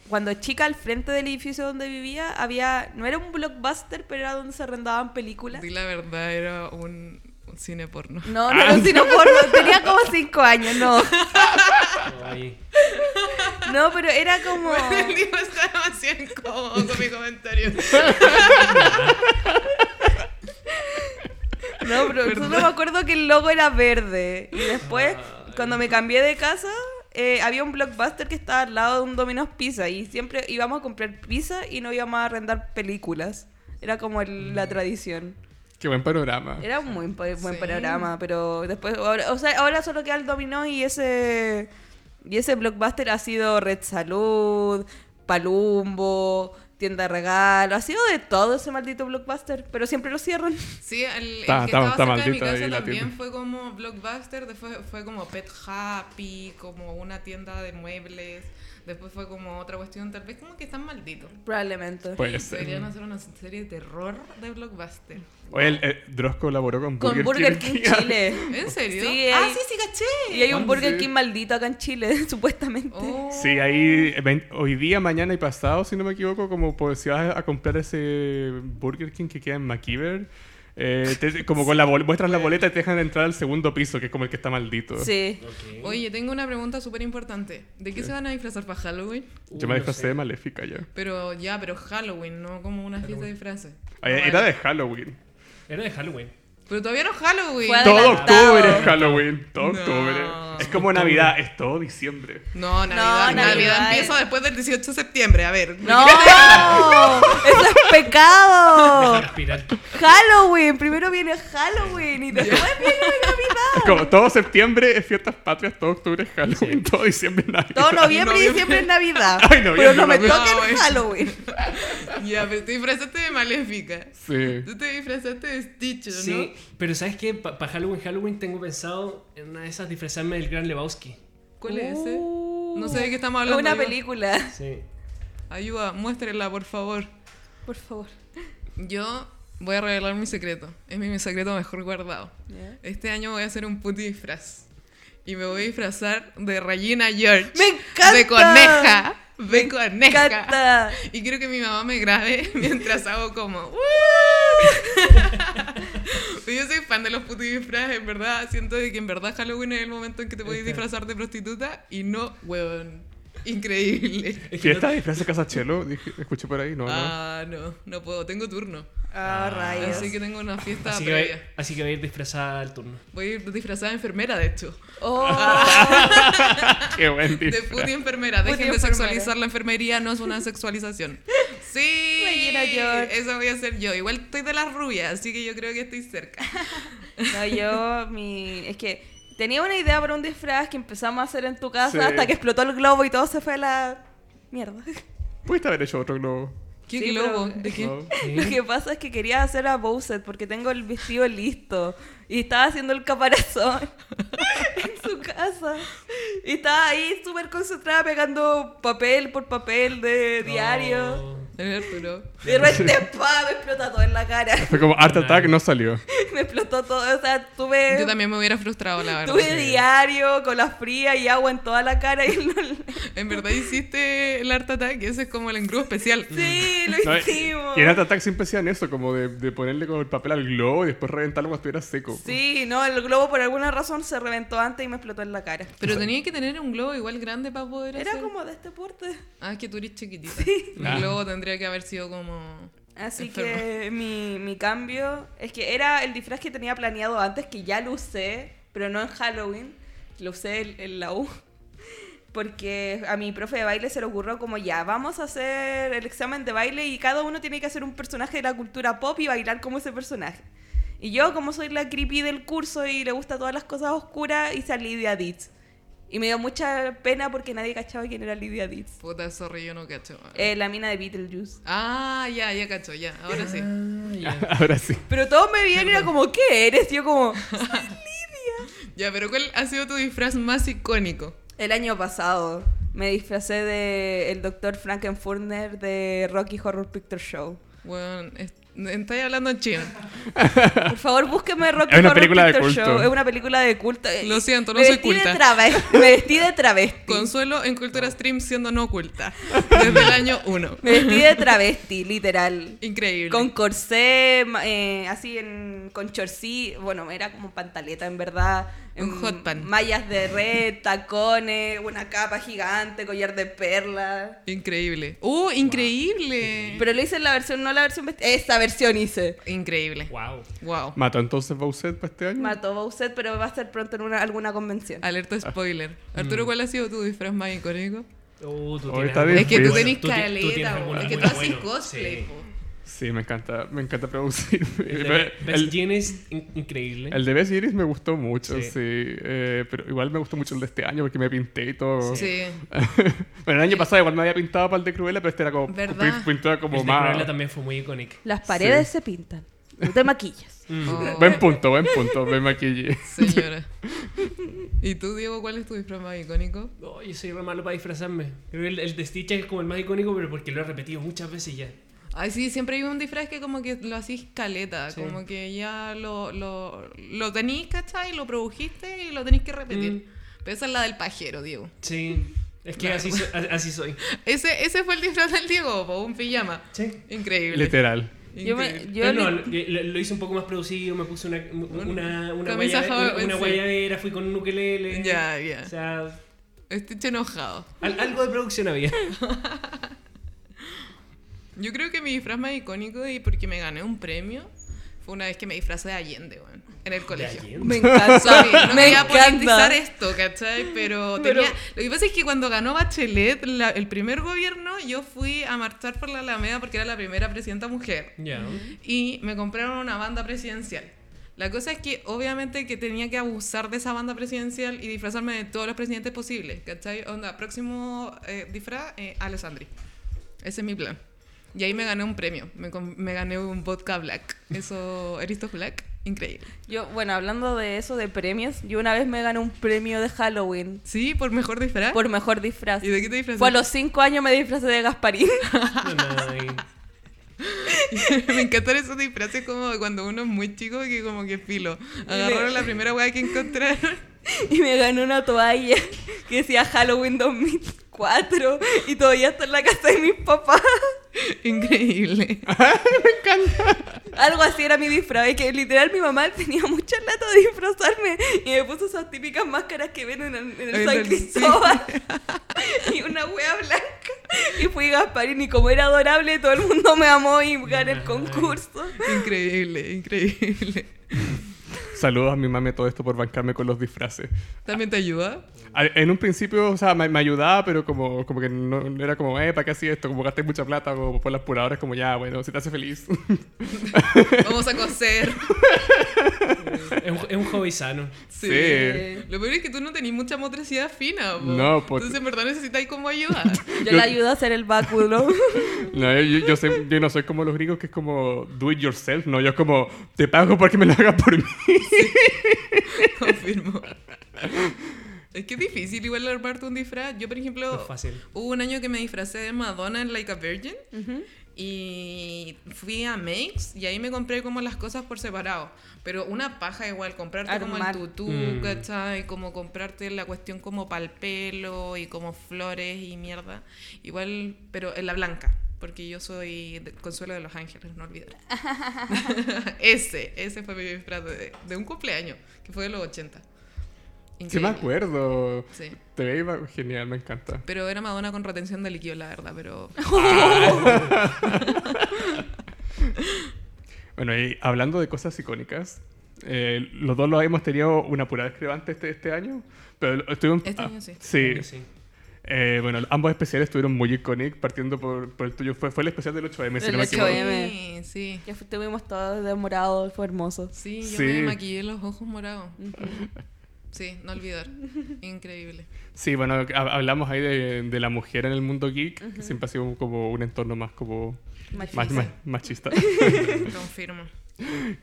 [SPEAKER 2] Cuando chica, al frente del edificio donde vivía, había. No era un blockbuster, pero era donde se arrendaban películas.
[SPEAKER 3] Di la verdad, era un, un cine porno.
[SPEAKER 2] No, no era un cine porno, tenía como 5 años, no.
[SPEAKER 4] Ay.
[SPEAKER 2] No, pero era como.
[SPEAKER 3] El libro está demasiado incómodo con mi comentario.
[SPEAKER 2] No, pero solo me acuerdo que el logo era verde. Y después, cuando me cambié de casa, eh, había un blockbuster que estaba al lado de un Domino's Pizza. Y siempre íbamos a comprar pizza y no íbamos a arrendar películas. Era como el- la tradición.
[SPEAKER 1] Qué buen panorama.
[SPEAKER 2] Era un muy buen
[SPEAKER 3] Sí.
[SPEAKER 2] panorama, pero después, ahora, o sea, ahora solo queda el dominó y ese Y ese blockbuster ha sido Red Salud, Palumbo, Tienda de Regalo, ha sido de todo ese maldito blockbuster, pero siempre lo cierran.
[SPEAKER 3] Sí, el, el
[SPEAKER 1] Está-
[SPEAKER 3] que
[SPEAKER 1] está-
[SPEAKER 3] estaba
[SPEAKER 1] está
[SPEAKER 3] cerca de mi
[SPEAKER 1] maldita
[SPEAKER 3] casa
[SPEAKER 1] ahí la
[SPEAKER 3] también
[SPEAKER 1] tienda.
[SPEAKER 3] fue como Blockbuster, después fue como Pet Happy, como una tienda de muebles, después fue como otra cuestión, tal vez como que están malditos.
[SPEAKER 2] Probablemente.
[SPEAKER 1] Puede
[SPEAKER 3] Deberían
[SPEAKER 1] ser.
[SPEAKER 3] hacer una serie de terror de Blockbuster.
[SPEAKER 1] Oye, el, eh, Dross colaboró con
[SPEAKER 2] Con
[SPEAKER 1] Burger,
[SPEAKER 2] Burger King Chile.
[SPEAKER 3] ¿En serio?
[SPEAKER 2] Sí,
[SPEAKER 3] ah,
[SPEAKER 2] hay-
[SPEAKER 3] sí, sí, caché. Ah,
[SPEAKER 2] Y hay un
[SPEAKER 1] Sí.
[SPEAKER 2] Burger King maldito acá en Chile, supuestamente.
[SPEAKER 3] Oh.
[SPEAKER 1] Sí, ahí eh, ven- hoy día, mañana y pasado, si no me equivoco, como pues, si vas a comprar ese Burger King que queda en McKeever, eh, te- como con la bol- muestras la boleta y te dejan entrar al segundo piso, que es como el que está maldito.
[SPEAKER 2] Sí.
[SPEAKER 3] Oh. Oye, tengo una pregunta súper importante. ¿De qué se van a disfrazar para Halloween?
[SPEAKER 1] Yo me disfrazé de maléfica ya.
[SPEAKER 3] Pero ya, pero Halloween, no como una fiesta de disfraces.
[SPEAKER 1] Ay, Era de Halloween.
[SPEAKER 4] Era de Halloween.
[SPEAKER 3] Pero todavía no es Halloween.
[SPEAKER 2] Fue
[SPEAKER 1] Todo
[SPEAKER 2] Adelantado.
[SPEAKER 1] octubre es Halloween. Todo
[SPEAKER 3] No.
[SPEAKER 1] octubre. Es como Navidad, es todo diciembre.
[SPEAKER 3] No, Navidad, Navidad,
[SPEAKER 2] Navidad.
[SPEAKER 3] empieza después del 18 de septiembre. A ver.
[SPEAKER 2] ¡No! ¡Eso es pecado!
[SPEAKER 4] Espiral.
[SPEAKER 2] ¡Halloween! Primero viene Halloween y después viene
[SPEAKER 1] Es como todo septiembre es fiestas patrias, todo octubre es Halloween, todo diciembre es Navidad.
[SPEAKER 2] todo noviembre y
[SPEAKER 3] Noviembre.
[SPEAKER 2] diciembre es Navidad.
[SPEAKER 1] Ay, noviembre,
[SPEAKER 2] pero no me
[SPEAKER 1] noviembre.
[SPEAKER 2] toquen
[SPEAKER 3] No,
[SPEAKER 2] Halloween.
[SPEAKER 3] Ya, pero te disfrazaste de maléfica.
[SPEAKER 1] Sí.
[SPEAKER 3] Tú te disfrazaste de Stitch, ¿no?
[SPEAKER 4] Sí, pero ¿sabes qué? Para Halloween, Halloween tengo pensado en una de esas disfrazarme del Gran Lebowski.
[SPEAKER 3] ¿Cuál es ese?
[SPEAKER 2] Uh,
[SPEAKER 3] No sé de qué estamos
[SPEAKER 2] Es
[SPEAKER 3] hablando.
[SPEAKER 2] una
[SPEAKER 3] yo.
[SPEAKER 2] película.
[SPEAKER 4] Sí.
[SPEAKER 3] Ayuda, muéstrenla, por favor.
[SPEAKER 2] Por favor.
[SPEAKER 3] Yo voy a revelar mi secreto. Es mi, mi secreto mejor guardado. Este año voy a hacer un puti disfraz. Y me voy a disfrazar de Regina George.
[SPEAKER 2] ¡Me encanta!
[SPEAKER 3] De coneja. De coneja.
[SPEAKER 2] ¡Cata!
[SPEAKER 3] Y quiero que mi mamá me grabe mientras hago como. "Uh". Pues Yo soy fan de los putos disfraces, en verdad. Siento de que en verdad Halloween es el momento en que te puedes disfrazar de prostituta y no, huevón. Increíble.
[SPEAKER 4] Es que
[SPEAKER 1] Fiesta de disfraces Casachelo, dije- escuché por ahí, no, no.
[SPEAKER 3] Ah, no, no puedo. Tengo turno.
[SPEAKER 2] Ah, rayos.
[SPEAKER 3] Así que tengo una
[SPEAKER 4] no-
[SPEAKER 3] fiesta
[SPEAKER 4] así, que voy,
[SPEAKER 3] previa.
[SPEAKER 4] así que voy a ir disfrazada al turno.
[SPEAKER 3] Voy a ir disfrazada de enfermera, de hecho.
[SPEAKER 2] Oh,
[SPEAKER 1] Qué buen
[SPEAKER 3] De
[SPEAKER 1] disfraz.
[SPEAKER 3] puti enfermera.
[SPEAKER 2] Puti
[SPEAKER 3] Dejen de
[SPEAKER 2] enfermera.
[SPEAKER 3] sexualizar la enfermería, no es una sexualización. Sí,
[SPEAKER 2] Regina George.
[SPEAKER 3] eso voy a hacer yo. Igual estoy de las rubias, así que yo creo que estoy cerca.
[SPEAKER 2] No, yo, mi. Es que tenía una idea para un disfraz que empezamos a hacer en tu casa
[SPEAKER 1] Sí.
[SPEAKER 2] hasta que explotó el globo y todo se fue a la. Mierda.
[SPEAKER 1] Pudiste haber hecho otro globo.
[SPEAKER 3] ¿Qué
[SPEAKER 2] Sí,
[SPEAKER 3] globo?
[SPEAKER 2] pero-
[SPEAKER 3] ¿De qué?
[SPEAKER 1] ¿no?
[SPEAKER 2] Lo que pasa es que quería hacer a Bowser porque tengo el vestido listo y estaba haciendo el caparazón en su casa y estaba ahí súper concentrada pegando papel por papel de diario.
[SPEAKER 4] No.
[SPEAKER 3] El Arturo.
[SPEAKER 2] Y de repente, pa, me explotó todo en la cara.
[SPEAKER 1] Fue como Art Attack, no salió.
[SPEAKER 2] Me explotó todo, o sea, tuve,
[SPEAKER 3] Yo también me hubiera frustrado, la verdad.
[SPEAKER 2] tuve diario con la fría y agua en toda la cara y no-
[SPEAKER 3] En verdad hiciste el Art Attack, ese es como el engrudo especial.
[SPEAKER 2] sí, lo
[SPEAKER 1] No, y
[SPEAKER 2] hicimos.
[SPEAKER 1] y en Art Attack siempre hacían eso, como de, de ponerle como el papel al globo y después reventarlo cuando estuviera seco.
[SPEAKER 2] Sí, no, el globo por alguna razón se reventó antes y me explotó en la cara.
[SPEAKER 3] Pero tenía que tener un globo igual grande para poder
[SPEAKER 2] Mm. Era
[SPEAKER 3] hacer-
[SPEAKER 2] como de este porte.
[SPEAKER 3] Ah, es que tú eres chiquitita.
[SPEAKER 1] Ah.
[SPEAKER 3] El globo tendría que haber sido como...
[SPEAKER 2] Así
[SPEAKER 3] Enfermo.
[SPEAKER 2] que mi, mi cambio es que era el disfraz que tenía planeado antes, que ya lo usé, pero no en Halloween, lo usé en, en la U. Porque a mi profe de baile se le ocurrió como ya, vamos a hacer el examen de baile y cada uno tiene que hacer un personaje de la cultura pop y bailar como ese personaje. Y yo, como soy la creepy del curso y le gusta todas las cosas oscuras, y salí Lidia Ditz. Y me dio mucha pena porque nadie cachaba quién era Lidia Ditz.
[SPEAKER 3] Puta, sorry, yo no cacho.
[SPEAKER 2] Eh, la mina de Beetlejuice.
[SPEAKER 3] Ah, ya, ya cacho, ya. Ahora sí.
[SPEAKER 2] Ah.
[SPEAKER 1] Ahora sí.
[SPEAKER 2] Pero todos me veían y era como, ¿qué eres? Y yo como,
[SPEAKER 3] Ya, pero ¿cuál ha sido tu disfraz más icónico?
[SPEAKER 2] el año pasado me disfracé de el doctor Frankenfurter de Rocky Horror Picture Show.
[SPEAKER 3] Bueno, es- estáis hablando en chino.
[SPEAKER 2] Por favor, búsqueme Rocky
[SPEAKER 1] Es una
[SPEAKER 2] Horror
[SPEAKER 1] película de
[SPEAKER 2] Picture
[SPEAKER 1] culto.
[SPEAKER 2] Show. Es una película de culto.
[SPEAKER 3] Lo siento, no
[SPEAKER 2] me
[SPEAKER 3] soy
[SPEAKER 2] vestí de
[SPEAKER 3] culta.
[SPEAKER 2] traves- me vestí de travesti.
[SPEAKER 3] Consuelo en Cultura Stream siendo no oculta. Desde el año 1.
[SPEAKER 2] Me vestí de travesti, literal.
[SPEAKER 3] Increíble.
[SPEAKER 2] Con corsé, ma- eh, así en, con chorcí, bueno, era como pantaleta en verdad.
[SPEAKER 3] Un
[SPEAKER 2] em,
[SPEAKER 3] hot pan.
[SPEAKER 2] Mallas de red, tacones, una capa gigante, collar de perlas.
[SPEAKER 3] Increíble. ¡Uh, increíble!
[SPEAKER 2] Pero lo hice en la versión, no la versión vesti- Esta versión hice.
[SPEAKER 3] Increíble.
[SPEAKER 4] Wow.
[SPEAKER 3] Wow.
[SPEAKER 1] ¿Mató entonces Bowser para este año?
[SPEAKER 2] Mató Bowser, pero va a ser pronto en una, alguna convención.
[SPEAKER 3] Alerta spoiler. Arturo, ¿cuál ha sido tu disfraz más icónico?
[SPEAKER 4] Oh, tú
[SPEAKER 1] Oh,
[SPEAKER 4] tienes
[SPEAKER 1] está
[SPEAKER 4] algo-
[SPEAKER 1] bien.
[SPEAKER 3] Es que tú
[SPEAKER 1] Bueno,
[SPEAKER 3] tenés
[SPEAKER 4] tú ti- tú tienes
[SPEAKER 3] caleta,
[SPEAKER 4] alguna
[SPEAKER 3] weón. Es que
[SPEAKER 4] muy
[SPEAKER 3] tú haces
[SPEAKER 4] buena.
[SPEAKER 3] cosplay,
[SPEAKER 4] Sí.
[SPEAKER 3] po.
[SPEAKER 1] Sí, me encanta, me encanta producir.
[SPEAKER 4] El,
[SPEAKER 1] Me-
[SPEAKER 4] de
[SPEAKER 1] el-
[SPEAKER 4] Best Gen es in- increíble.
[SPEAKER 1] el de Best Iris me gustó mucho, sí.
[SPEAKER 4] Sí.
[SPEAKER 1] eh, pero igual me gustó mucho el de este año porque me pinté y todo.
[SPEAKER 3] Sí.
[SPEAKER 1] bueno, el año pasado igual me había pintado para el de Cruella, pero este era como
[SPEAKER 3] ¿Verdad?
[SPEAKER 1] pin- pintura como
[SPEAKER 4] el de
[SPEAKER 1] más.
[SPEAKER 4] Este Cruella también fue muy icónico.
[SPEAKER 2] Las paredes se pintan. Tú te maquillas.
[SPEAKER 4] Mm.
[SPEAKER 3] Oh,
[SPEAKER 1] Buen punto, buen punto, me maquillé.
[SPEAKER 3] Señora. ¿Y tú, Diego, cuál es tu disfraz más icónico?
[SPEAKER 4] No, Oh, yo soy re malo para disfrazarme. Creo que el, el de Stitch es como el más icónico, pero porque lo he repetido muchas veces ya.
[SPEAKER 3] Ay, sí, siempre hay un disfraz que como que lo hacís caleta,
[SPEAKER 4] Sí.
[SPEAKER 3] como que ya lo, lo, lo tenís, ¿cachai? Lo produjiste y lo tenís que repetir. Pero esa es la del pajero, Diego.
[SPEAKER 4] Mm, Sí, es que
[SPEAKER 3] Claro.
[SPEAKER 4] así, so- a- así soy.
[SPEAKER 3] Ese, ese fue el disfraz del Diego, po, un pijama.
[SPEAKER 4] Sí.
[SPEAKER 3] Increíble.
[SPEAKER 1] Literal.
[SPEAKER 2] Yo me-
[SPEAKER 3] Increíble.
[SPEAKER 2] yo
[SPEAKER 4] Pero no,
[SPEAKER 2] le-
[SPEAKER 4] lo, lo- lo hice un poco más producido, me puse una, una, una,
[SPEAKER 3] Camisa
[SPEAKER 4] guayabe-
[SPEAKER 3] java-
[SPEAKER 4] una, una
[SPEAKER 3] sí.
[SPEAKER 4] guayabera, fui con un ukelele.
[SPEAKER 3] Ya, ya.
[SPEAKER 4] O sea,
[SPEAKER 3] Estoy enojado.
[SPEAKER 4] al- algo de producción había.
[SPEAKER 3] Yo creo que mi disfraz más icónico y porque me gané un premio fue una vez que me disfrazé de Allende, weón, en el colegio.
[SPEAKER 4] ayer?
[SPEAKER 2] Me encanta.
[SPEAKER 3] Sorry, no
[SPEAKER 2] me
[SPEAKER 3] quería
[SPEAKER 2] encanta.
[SPEAKER 3] politizar esto, ¿cachai? Pero tenía... Lo que pasa es que cuando ganó Bachelet, la- el primer gobierno, yo fui a marchar por la Alameda porque era la primera presidenta mujer.
[SPEAKER 4] Ya.
[SPEAKER 3] y me compraron una banda presidencial. La cosa es que obviamente que tenía que abusar de esa banda presidencial y disfrazarme de todos los presidentes posibles, ¿cachai? Onda, próximo eh, disfraz, eh, Alessandri. Ese es mi plan. Y ahí me gané un premio, me, com- me gané un vodka black. Eso, Eristos Black, increíble.
[SPEAKER 2] Yo, bueno, hablando de eso, de premios, yo una vez me gané un premio de Halloween
[SPEAKER 3] Sí, por mejor disfraz.
[SPEAKER 2] por mejor disfraz.
[SPEAKER 3] ¿Y de qué te disfrazaste?
[SPEAKER 2] Fue a los 5 años me disfrazé de Gasparín.
[SPEAKER 4] No, no, y-
[SPEAKER 3] me encantan esos disfraces como cuando uno es muy chico que como que filo. Agarraron la primera weá que encontraron.
[SPEAKER 2] y me gané una toalla que decía Halloween 2004 y todavía está en la casa de mis papás.
[SPEAKER 3] Increíble.
[SPEAKER 2] Algo así era mi disfraz, es que literal mi mamá tenía mucha lata de disfrazarme y me puso esas típicas máscaras que ven en el, en el
[SPEAKER 3] En
[SPEAKER 2] San
[SPEAKER 3] el-
[SPEAKER 2] Cristóbal y una wea blanca y fui Gasparín y como era adorable todo el mundo me amó y gané el concurso.
[SPEAKER 3] Increíble, increíble.
[SPEAKER 1] Saludos a mi mami todo esto por bancarme con los disfraces.
[SPEAKER 3] ¿También te ayuda?
[SPEAKER 1] Al- En un principio, o sea, me, me ayudaba, pero como, como que no no era como, eh, ¿para qué hacía esto? Como gasté mucha plata, como por las puradoras, como ya, bueno, si te hace feliz.
[SPEAKER 3] Vamos a coser.
[SPEAKER 4] es, un, es un hobby sano.
[SPEAKER 3] Sí.
[SPEAKER 2] Eh,
[SPEAKER 1] Sí.
[SPEAKER 3] Lo peor es que tú no tenés mucha motricidad fina. po.
[SPEAKER 1] No, po.
[SPEAKER 3] Entonces en verdad necesitáis como ayuda.
[SPEAKER 2] Yo
[SPEAKER 1] Yo-
[SPEAKER 2] le ayudo a hacer el báculo.
[SPEAKER 1] no, yo, yo, yo sé- yo no soy como los gringos que es como do it yourself, no, yo es como te pago para que me lo hagas por mí.
[SPEAKER 3] Confirmo. Es que es difícil igual armarte un disfraz. Yo, por ejemplo,
[SPEAKER 4] No es fácil.
[SPEAKER 3] hubo un año que me disfracé de Madonna en Like a Virgin y fui a Makes y ahí me compré como las cosas por separado. Pero una paja igual, comprarte como el
[SPEAKER 2] Armar.
[SPEAKER 3] tutú,
[SPEAKER 4] Mm.
[SPEAKER 3] ¿cachai? Como comprarte la cuestión como pal pelo y como flores y mierda. Igual, pero en la blanca. Porque yo soy de- Consuelo de los Ángeles, no olvidar. ese, ese fue mi disfraz de, de un cumpleaños, que fue de los 80.
[SPEAKER 1] Sí, me
[SPEAKER 3] Increíble.
[SPEAKER 1] acuerdo.
[SPEAKER 3] Sí.
[SPEAKER 1] Te veía genial, me encanta.
[SPEAKER 3] Pero era Madonna con retención de líquido, la verdad, pero...
[SPEAKER 1] Bueno, y hablando de cosas icónicas, eh, los dos lo hemos tenido una pura discrepante este, este año, pero estuvimos...
[SPEAKER 3] Este
[SPEAKER 1] ah,
[SPEAKER 3] año sí.
[SPEAKER 1] Sí,
[SPEAKER 4] Sí.
[SPEAKER 1] Eh, bueno, ambos especiales estuvieron muy icónicos, partiendo por, por el tuyo. Fue, fue el especial del 8M, si
[SPEAKER 2] El
[SPEAKER 1] no me equivoco.
[SPEAKER 2] 8M.
[SPEAKER 3] Sí, sí.
[SPEAKER 2] Ya estuvimos todos de morado, fue hermoso.
[SPEAKER 3] Sí, yo
[SPEAKER 1] Sí.
[SPEAKER 3] me maquillé los ojos morados. Sí, no olvidar. Increíble.
[SPEAKER 1] Sí, bueno, ha- hablamos ahí de, de la mujer en el mundo geek, que siempre ha sido como un entorno más como... Más, más- machista.
[SPEAKER 3] Confirmo.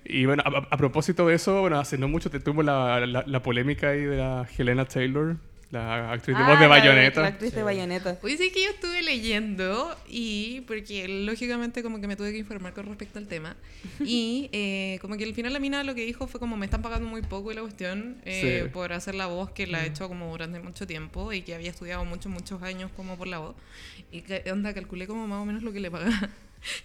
[SPEAKER 1] y bueno, a, a- a propósito de eso, bueno, hace no mucho te tuvimos la, la- la polémica ahí de la Helena Taylor, la actriz de voz de
[SPEAKER 2] Ah, la- La
[SPEAKER 1] Bayonetta.
[SPEAKER 2] actriz de Bayonetta.
[SPEAKER 3] Oye, sí que yo estuve leyendo y porque lógicamente como que me tuve que informar con respecto al tema y eh, como que al final la mina lo que dijo fue como me están pagando muy poco y la cuestión eh,
[SPEAKER 1] Sí.
[SPEAKER 3] por hacer la voz que la he hecho como durante mucho tiempo y que había estudiado muchos, muchos años como por la voz y que onda, calculé como más o menos lo que le pagaban.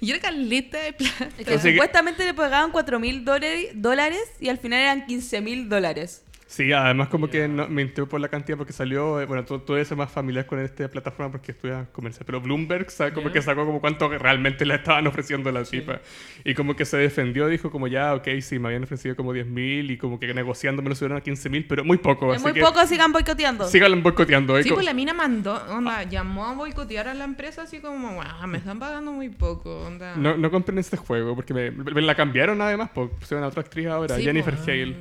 [SPEAKER 3] Y era caleta de plata.
[SPEAKER 2] Es que
[SPEAKER 1] Así que-
[SPEAKER 2] supuestamente le pagaban 4 mil dólares y al final eran 15 mil dólares.
[SPEAKER 1] Sí, además como que no, me entró por la cantidad porque salió, eh, bueno, tú, tú debes ser más familiar con esta plataforma porque estudias comercial, pero Bloomberg sa- como
[SPEAKER 4] Ya.
[SPEAKER 1] que sacó como cuánto realmente le estaban ofreciendo a la tipa. Y como que se defendió, dijo como ya, ok, sí, me habían ofrecido como 10 mil y como que negociando me lo subieron a 15 mil, pero muy poco.
[SPEAKER 2] Es
[SPEAKER 1] Oh, así
[SPEAKER 2] muy
[SPEAKER 1] que
[SPEAKER 2] poco, sigan boicoteando.
[SPEAKER 1] Síganlo boicoteando. eh,
[SPEAKER 3] Sí,
[SPEAKER 1] co-
[SPEAKER 3] pues la mina mandó, onda, llamó a boicotear a la empresa así como, "Guau, me están pagando muy poco, onda.
[SPEAKER 1] No, no compren este juego porque me, me la cambiaron además, porque pusieron a otra actriz ahora,
[SPEAKER 3] Sí,
[SPEAKER 1] Jennifer
[SPEAKER 3] pues.
[SPEAKER 1] Hale.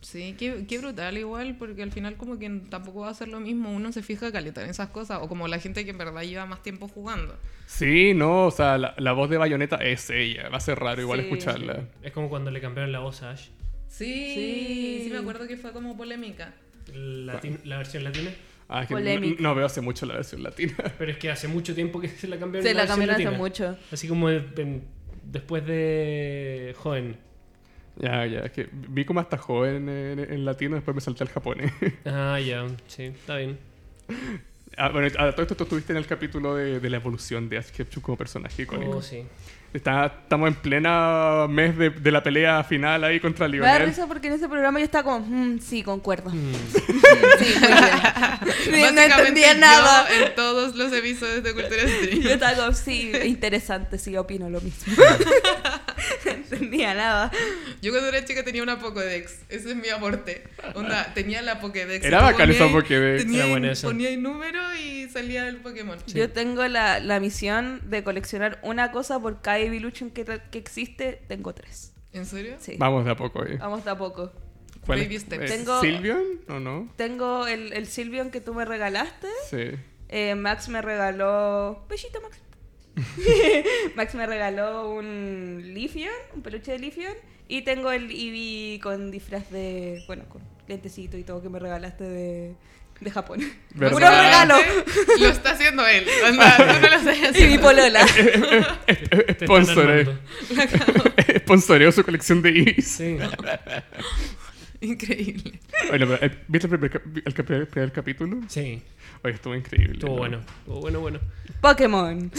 [SPEAKER 3] Sí, qué, qué brutal igual, porque al final como que tampoco va a ser lo mismo, uno se fija caleta en esas cosas, o como la gente que en verdad lleva más tiempo jugando.
[SPEAKER 1] Sí, no, o sea, la, la voz de Bayonetta es ella. Va a ser raro igual
[SPEAKER 2] Sí.
[SPEAKER 1] escucharla.
[SPEAKER 4] Es como cuando le cambiaron la voz a Ash.
[SPEAKER 3] Sí,
[SPEAKER 2] Sí.
[SPEAKER 3] sí, me acuerdo que fue como polémica.
[SPEAKER 4] Latin- la versión latina.
[SPEAKER 1] Ah, es que
[SPEAKER 2] Polémica.
[SPEAKER 1] no, no veo hace mucho la versión latina.
[SPEAKER 4] Pero es que hace mucho tiempo que se la cambiaron.
[SPEAKER 2] Se la
[SPEAKER 4] versión
[SPEAKER 2] cambiaron hace
[SPEAKER 4] latina.
[SPEAKER 2] mucho.
[SPEAKER 4] Así como en- después de Joven.
[SPEAKER 1] ya, ya, es que vi como hasta joven en, en- en latino, después me salté al japonés.
[SPEAKER 4] Ah, ya, sí, está bien.
[SPEAKER 1] ah, bueno, a todo esto tú estuviste en el capítulo de, de la evolución de Ash Ketchum como personaje icónico.
[SPEAKER 4] Oh, sí.
[SPEAKER 1] Está- estamos en plena mes de, de la pelea final ahí contra
[SPEAKER 2] Me da
[SPEAKER 1] Lionel.
[SPEAKER 2] risa porque en ese programa yo estaba como, "Mm, sí, concuerdo.
[SPEAKER 4] Mm.
[SPEAKER 2] Sí, muy bien. no
[SPEAKER 3] Básicamente
[SPEAKER 2] entendía
[SPEAKER 3] yo
[SPEAKER 2] nada.
[SPEAKER 3] En todos los episodios de Cultura
[SPEAKER 2] Yo
[SPEAKER 3] Stream.
[SPEAKER 2] estaba como, sí, interesante, sí, opino lo mismo. No entendía nada.
[SPEAKER 3] Yo cuando era chica tenía una Pokédex, ese es mi aporte. Onda, tenía la Pokédex.
[SPEAKER 1] Era
[SPEAKER 3] Tú
[SPEAKER 1] bacán esa
[SPEAKER 3] ponías-
[SPEAKER 1] Pokédex.
[SPEAKER 3] tenía
[SPEAKER 4] Era
[SPEAKER 3] ahí-
[SPEAKER 4] buena esa.
[SPEAKER 3] Ponía el número y salía el Pokémon.
[SPEAKER 2] Yo tengo la, la misión de coleccionar una cosa por cada Evolution que, tra- que existe. Tengo tres.
[SPEAKER 3] ¿En serio?
[SPEAKER 2] Sí.
[SPEAKER 1] Vamos de a poco ahí.
[SPEAKER 2] Vamos tampoco.
[SPEAKER 1] ¿Cuál
[SPEAKER 3] Baby
[SPEAKER 1] es?
[SPEAKER 3] steps.
[SPEAKER 1] Eh,
[SPEAKER 2] Tengo-
[SPEAKER 1] ¿Silvion o no?
[SPEAKER 2] Tengo el, el Silvion que tú me regalaste.
[SPEAKER 1] Sí.
[SPEAKER 2] Eh, Max me regaló. Besito, Max. Max me regaló un Lifion, un peluche de Lifion. Y tengo el Eevee con disfraz de. Bueno, con lentecito y todo que me regalaste de, de Japón.
[SPEAKER 1] Verdad.
[SPEAKER 2] Puro regalo.
[SPEAKER 3] Lo está haciendo él. Onda, tú no lo sabes
[SPEAKER 2] Y mi
[SPEAKER 3] hacer.
[SPEAKER 2] polola.
[SPEAKER 4] Te están
[SPEAKER 1] Sponsor, eh.
[SPEAKER 4] armando.
[SPEAKER 1] Sponsoreó su colección de Ibis.
[SPEAKER 4] Sí.
[SPEAKER 3] Increíble.
[SPEAKER 1] Bueno, pero, eh, ¿viste el primer, cap- el cap- el primer capítulo?
[SPEAKER 4] Sí.
[SPEAKER 1] Oye, estuvo increíble.
[SPEAKER 4] Estuvo
[SPEAKER 1] ¿no?
[SPEAKER 4] bueno. Estuvo bueno, bueno.
[SPEAKER 2] Pokémon.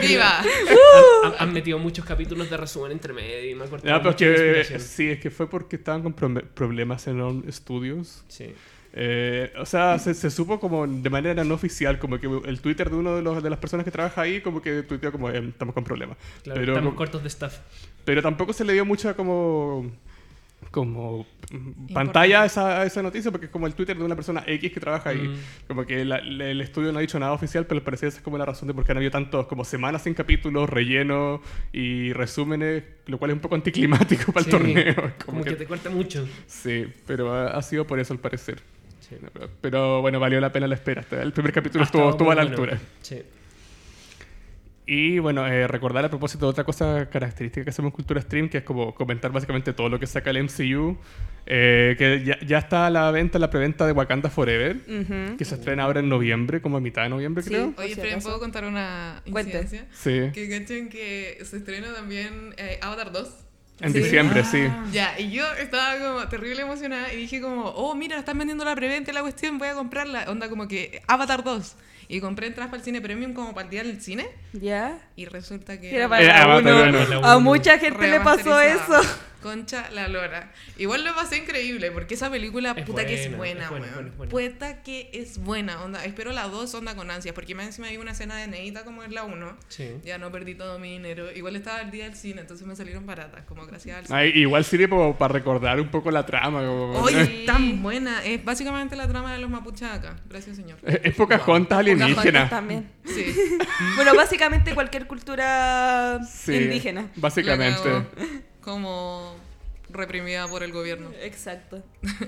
[SPEAKER 3] ¡Viva!
[SPEAKER 2] Uh.
[SPEAKER 4] Han, han- han metido muchos capítulos de resumen entre medio y me han cortado
[SPEAKER 1] Ya, Ah, pero es
[SPEAKER 4] mucha
[SPEAKER 1] que,
[SPEAKER 4] inspiración.
[SPEAKER 1] sí, es que fue porque estaban con prome- problemas en los estudios.
[SPEAKER 4] Sí.
[SPEAKER 1] Eh, o sea, se, se supo como de manera no oficial, como que el Twitter de uno de, los, de las personas que trabaja ahí, como que tuiteó como, "Em, estamos con problemas.
[SPEAKER 4] Claro,
[SPEAKER 1] pero,
[SPEAKER 4] estamos
[SPEAKER 1] como-
[SPEAKER 4] cortos de staff.
[SPEAKER 1] pero tampoco se le dio mucha como como mm, pantalla a esa, a esa noticia, porque es como el Twitter de una persona X que trabaja ahí.
[SPEAKER 4] Mm.
[SPEAKER 1] Como que la- la- el estudio no ha dicho nada oficial, pero parecía esa es como la razón de por qué han habido tantos, como semanas sin capítulos, relleno y resúmenes, lo cual es un poco anticlimático para
[SPEAKER 4] Sí,
[SPEAKER 1] el torneo. Como
[SPEAKER 4] Como que
[SPEAKER 1] que-
[SPEAKER 4] te corta mucho.
[SPEAKER 1] Sí, pero ha, ha sido por eso al parecer.
[SPEAKER 4] Sí.
[SPEAKER 1] Pero- Pero bueno, valió la pena la espera. Hasta El primer capítulo
[SPEAKER 4] Ha
[SPEAKER 1] estuvo,
[SPEAKER 4] estado
[SPEAKER 1] estuvo
[SPEAKER 4] Ah, muy
[SPEAKER 1] a la
[SPEAKER 4] bueno.
[SPEAKER 1] altura.
[SPEAKER 4] Sí.
[SPEAKER 1] Y bueno, eh, recordar a propósito de otra cosa característica que hacemos en Cultura Stream, que es como comentar básicamente todo lo que saca el MCU, eh, que ya, ya está a la venta, la preventa de Wakanda Forever,
[SPEAKER 2] Ujú.
[SPEAKER 1] que se estrena ahora en noviembre, como a mitad de noviembre
[SPEAKER 2] Sí.
[SPEAKER 1] creo.
[SPEAKER 2] si
[SPEAKER 3] Oye, Fren,
[SPEAKER 2] acaso.
[SPEAKER 3] ¿puedo contar una
[SPEAKER 2] Cuente.
[SPEAKER 3] incidencia?
[SPEAKER 1] Sí,
[SPEAKER 3] Que cachen que se estrena también eh, Avatar 2.
[SPEAKER 1] en
[SPEAKER 3] Sí.
[SPEAKER 1] diciembre, sí.
[SPEAKER 3] Ya, y yo estaba como terrible emocionada y dije como, oh, mira, están vendiendo la preventa, la cuestión, voy a comprarla. Onda como que Avatar 2. Y compré entradas para el cine premium como para el día del cine.
[SPEAKER 2] ¿Ya?
[SPEAKER 3] Y resulta que...
[SPEAKER 2] Era
[SPEAKER 3] era
[SPEAKER 2] para
[SPEAKER 1] Eh,
[SPEAKER 2] la
[SPEAKER 1] Avatar,
[SPEAKER 2] uno.
[SPEAKER 1] bueno,
[SPEAKER 4] la
[SPEAKER 2] A
[SPEAKER 4] uno.
[SPEAKER 2] mucha gente le pasó eso.
[SPEAKER 3] remasterizada. Concha la lora. Igual lo pasé increíble porque esa película,
[SPEAKER 4] Es
[SPEAKER 3] puta que es buena,
[SPEAKER 4] buena, es buena,
[SPEAKER 3] weón.
[SPEAKER 4] buena, buena.
[SPEAKER 3] Puta que es buena. Onda, espero la 2 onda con ansias porque más encima hay una escena de Neita como en la 1.
[SPEAKER 4] Sí.
[SPEAKER 3] Ya no perdí todo mi dinero. Igual estaba el día del cine, entonces me salieron baratas, como gracias al cine.
[SPEAKER 1] Ay, igual sirve como para recordar un poco la trama. como-
[SPEAKER 3] Oye,
[SPEAKER 2] Sí.
[SPEAKER 3] tan buena. Es básicamente la trama de los mapuches acá. Gracias, señor.
[SPEAKER 2] Eh,
[SPEAKER 1] Es pocas juntas
[SPEAKER 2] Pocahontas
[SPEAKER 1] alienígenas.
[SPEAKER 2] también.
[SPEAKER 3] Sí.
[SPEAKER 2] Bueno, básicamente cualquier cultura
[SPEAKER 1] Sí,
[SPEAKER 2] indígena.
[SPEAKER 3] la
[SPEAKER 1] Básicamente.
[SPEAKER 3] cagó. Como reprimida por el gobierno.
[SPEAKER 2] Exacto.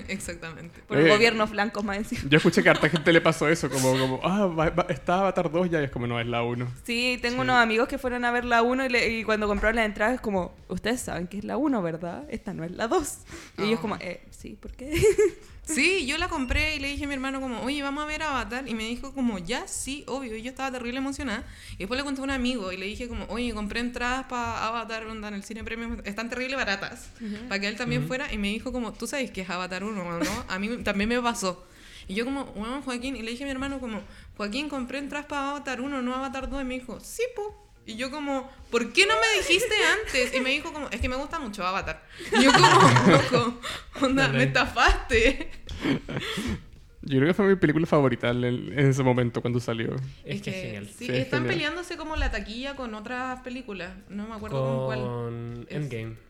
[SPEAKER 3] Exactamente.
[SPEAKER 2] Por el
[SPEAKER 1] Eh.
[SPEAKER 2] gobierno flanco más encima.
[SPEAKER 1] Yo escuché que a harta gente le pasó eso, como, como ah, va- va- está Avatar 2 ya, y es como, no, es la 1.
[SPEAKER 2] Sí, tengo unos amigos que fueron a ver la 1 y, le- y cuando compraron las entradas es como, ustedes saben que es la 1, ¿verdad? Esta no es la 2. Y ellos
[SPEAKER 3] Ah.
[SPEAKER 2] como, eh, sí, ¿por qué?
[SPEAKER 3] Sí, yo la compré y le dije a mi hermano como, oye, vamos a ver Avatar. Y me dijo como, ya, sí, obvio. Y yo estaba terrible emocionada. Y después le conté a un amigo y le dije como, oye, compré entradas para Avatar onda, en el cine premium. Están terrible baratas. Para que él también fuera. Y me dijo como, tú sabes que es Avatar 1, ¿no? A mí también me pasó. Y yo como, bueno, Joaquín. Y le dije a mi hermano como, Joaquín, compré entradas para Avatar 1, no Avatar 2. Y me dijo, sí, po. Y yo como, ¿por qué no me dijiste antes? Y me dijo como, es que me gusta mucho Avatar. Y yo como, loco, onda,
[SPEAKER 4] Dale.
[SPEAKER 3] me estafaste.
[SPEAKER 1] Yo creo que fue mi película favorita en, en ese momento cuando salió.
[SPEAKER 2] Ah,
[SPEAKER 4] Es, que es genial.
[SPEAKER 3] Sí,
[SPEAKER 1] Sí, es
[SPEAKER 3] están
[SPEAKER 1] genial.
[SPEAKER 3] peleándose como la taquilla con otras películas. No me acuerdo con, cuál.
[SPEAKER 4] Con
[SPEAKER 3] Es-
[SPEAKER 4] Endgame.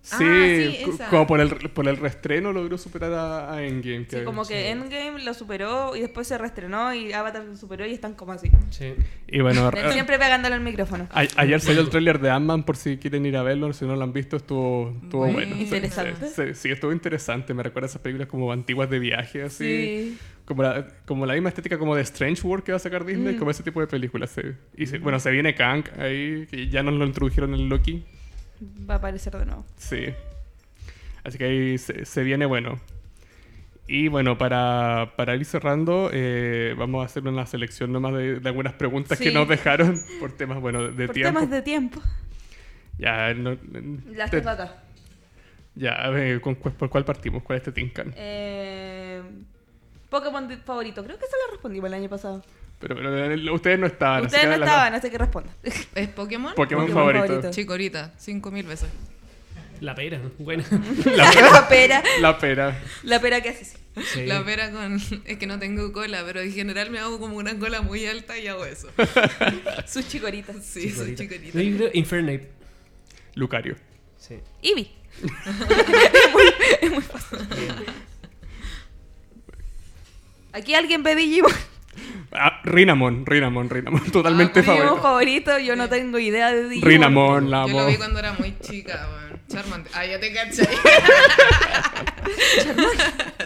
[SPEAKER 1] Sí,
[SPEAKER 3] sí,
[SPEAKER 1] co-
[SPEAKER 3] esa.
[SPEAKER 1] como por el, por el reestreno logró superar a, a Endgame.
[SPEAKER 2] Sí,
[SPEAKER 1] que-
[SPEAKER 2] como que
[SPEAKER 4] sí.
[SPEAKER 2] Endgame lo superó y después se reestrenó y Avatar lo superó y están como así.
[SPEAKER 4] Sí.
[SPEAKER 1] Y bueno, a-
[SPEAKER 2] Siempre pegándole al micrófono.
[SPEAKER 1] a- ayer salió el tráiler de Ant-Man por si quieren ir a verlo, si no lo han visto, estuvo, estuvo
[SPEAKER 3] Bueno.
[SPEAKER 1] bueno. Sí,
[SPEAKER 2] Interesante.
[SPEAKER 1] Sí, sí, estuvo interesante. Me recuerda a esas películas como antiguas de viaje, así. Como la, como la misma estética como de Strange World que va a sacar Disney,
[SPEAKER 2] Mm.
[SPEAKER 1] como ese tipo de películas. sí. Y se- bueno, se viene Kang ahí, que ya nos lo introdujeron en Loki.
[SPEAKER 2] Va a aparecer de nuevo.
[SPEAKER 1] Sí. Así que ahí se, se viene bueno. Y bueno, para, para ir cerrando, eh, vamos a hacer una selección nomás de, de algunas preguntas que
[SPEAKER 2] Sí.
[SPEAKER 1] nos dejaron por temas, bueno, de, de
[SPEAKER 2] Por
[SPEAKER 1] tiempo.
[SPEAKER 2] temas de tiempo.
[SPEAKER 1] Ya, no- eh,
[SPEAKER 2] Las
[SPEAKER 1] te-
[SPEAKER 2] tengo acá.
[SPEAKER 1] ya a ver, ¿con cu- ¿por cuál partimos? ¿Cuál es este Tinkan?
[SPEAKER 2] Eh, Pokémon de- favorito. Creo que esa la respondimos el año pasado.
[SPEAKER 1] Pero, pero, eh, ustedes no estaban. así
[SPEAKER 2] Ustedes
[SPEAKER 1] que
[SPEAKER 2] no
[SPEAKER 1] las dos-
[SPEAKER 2] estaban, así que respondan.
[SPEAKER 3] ¿Es
[SPEAKER 1] Pokémon,
[SPEAKER 3] Pokémon?
[SPEAKER 2] Pokémon
[SPEAKER 1] favorito.
[SPEAKER 2] favorito.
[SPEAKER 3] Chicorita, cinco mil veces.
[SPEAKER 4] La pera. Bueno.
[SPEAKER 1] La pera. La
[SPEAKER 2] La pera.
[SPEAKER 1] pera.
[SPEAKER 2] La pera que hace así.
[SPEAKER 4] Sí.
[SPEAKER 3] La pera con. Es que no tengo cola, pero en general me hago como una cola muy alta y hago eso.
[SPEAKER 2] Sus chicoritas.
[SPEAKER 3] Sí, soy
[SPEAKER 4] Chicorita.
[SPEAKER 3] chicorita.
[SPEAKER 4] No, yo creo Infernape.
[SPEAKER 1] Lucario.
[SPEAKER 4] Sí.
[SPEAKER 2] Eevee. Aquí alguien ve Digimon.
[SPEAKER 1] Ah, Rinamon, Rinamon, Rinamon. Totalmente
[SPEAKER 3] Ah,
[SPEAKER 2] Digimon
[SPEAKER 1] favorito.
[SPEAKER 2] favorito, yo no tengo idea de Digimon.
[SPEAKER 1] Rinamon, la
[SPEAKER 3] Yo lo
[SPEAKER 1] amo.
[SPEAKER 3] vi cuando era muy chica, weón. Charmander. Ah, ya te caché.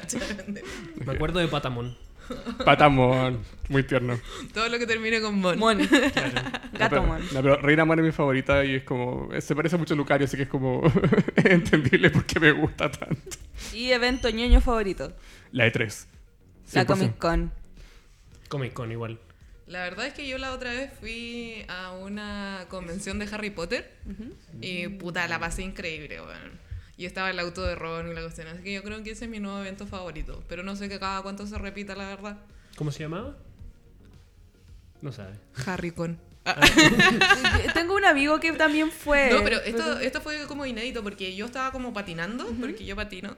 [SPEAKER 3] Charmander.
[SPEAKER 4] Me acuerdo de Patamon.
[SPEAKER 1] Patamon. Muy tierno.
[SPEAKER 3] Todo lo que termine con Mon.
[SPEAKER 2] Mon. Gato
[SPEAKER 1] No,
[SPEAKER 2] Mon.
[SPEAKER 1] pero, no, pero Reinamon es mi favorita y es como. Se parece mucho a Lucario, así que es como. es entendible porque me gusta tanto.
[SPEAKER 2] Y evento ñoño favorito.
[SPEAKER 1] La E E3.
[SPEAKER 2] La
[SPEAKER 1] 100%.
[SPEAKER 2] Comic Con.
[SPEAKER 4] Comic Con igual.
[SPEAKER 3] La verdad es que yo la otra vez fui a una convención de Harry Potter y puta, la pasé increíble, weón. Y estaba el auto de Ron y la cuestión. Así que yo creo que ese es mi nuevo evento favorito. Pero no sé que cada cuánto se repita, la verdad.
[SPEAKER 4] ¿Cómo se llamaba? No sabe.
[SPEAKER 3] Harry Con. Ah.
[SPEAKER 2] Tengo un amigo que también fue.
[SPEAKER 3] No, pero esto, esto fue como inédito porque yo estaba como patinando, porque yo patino.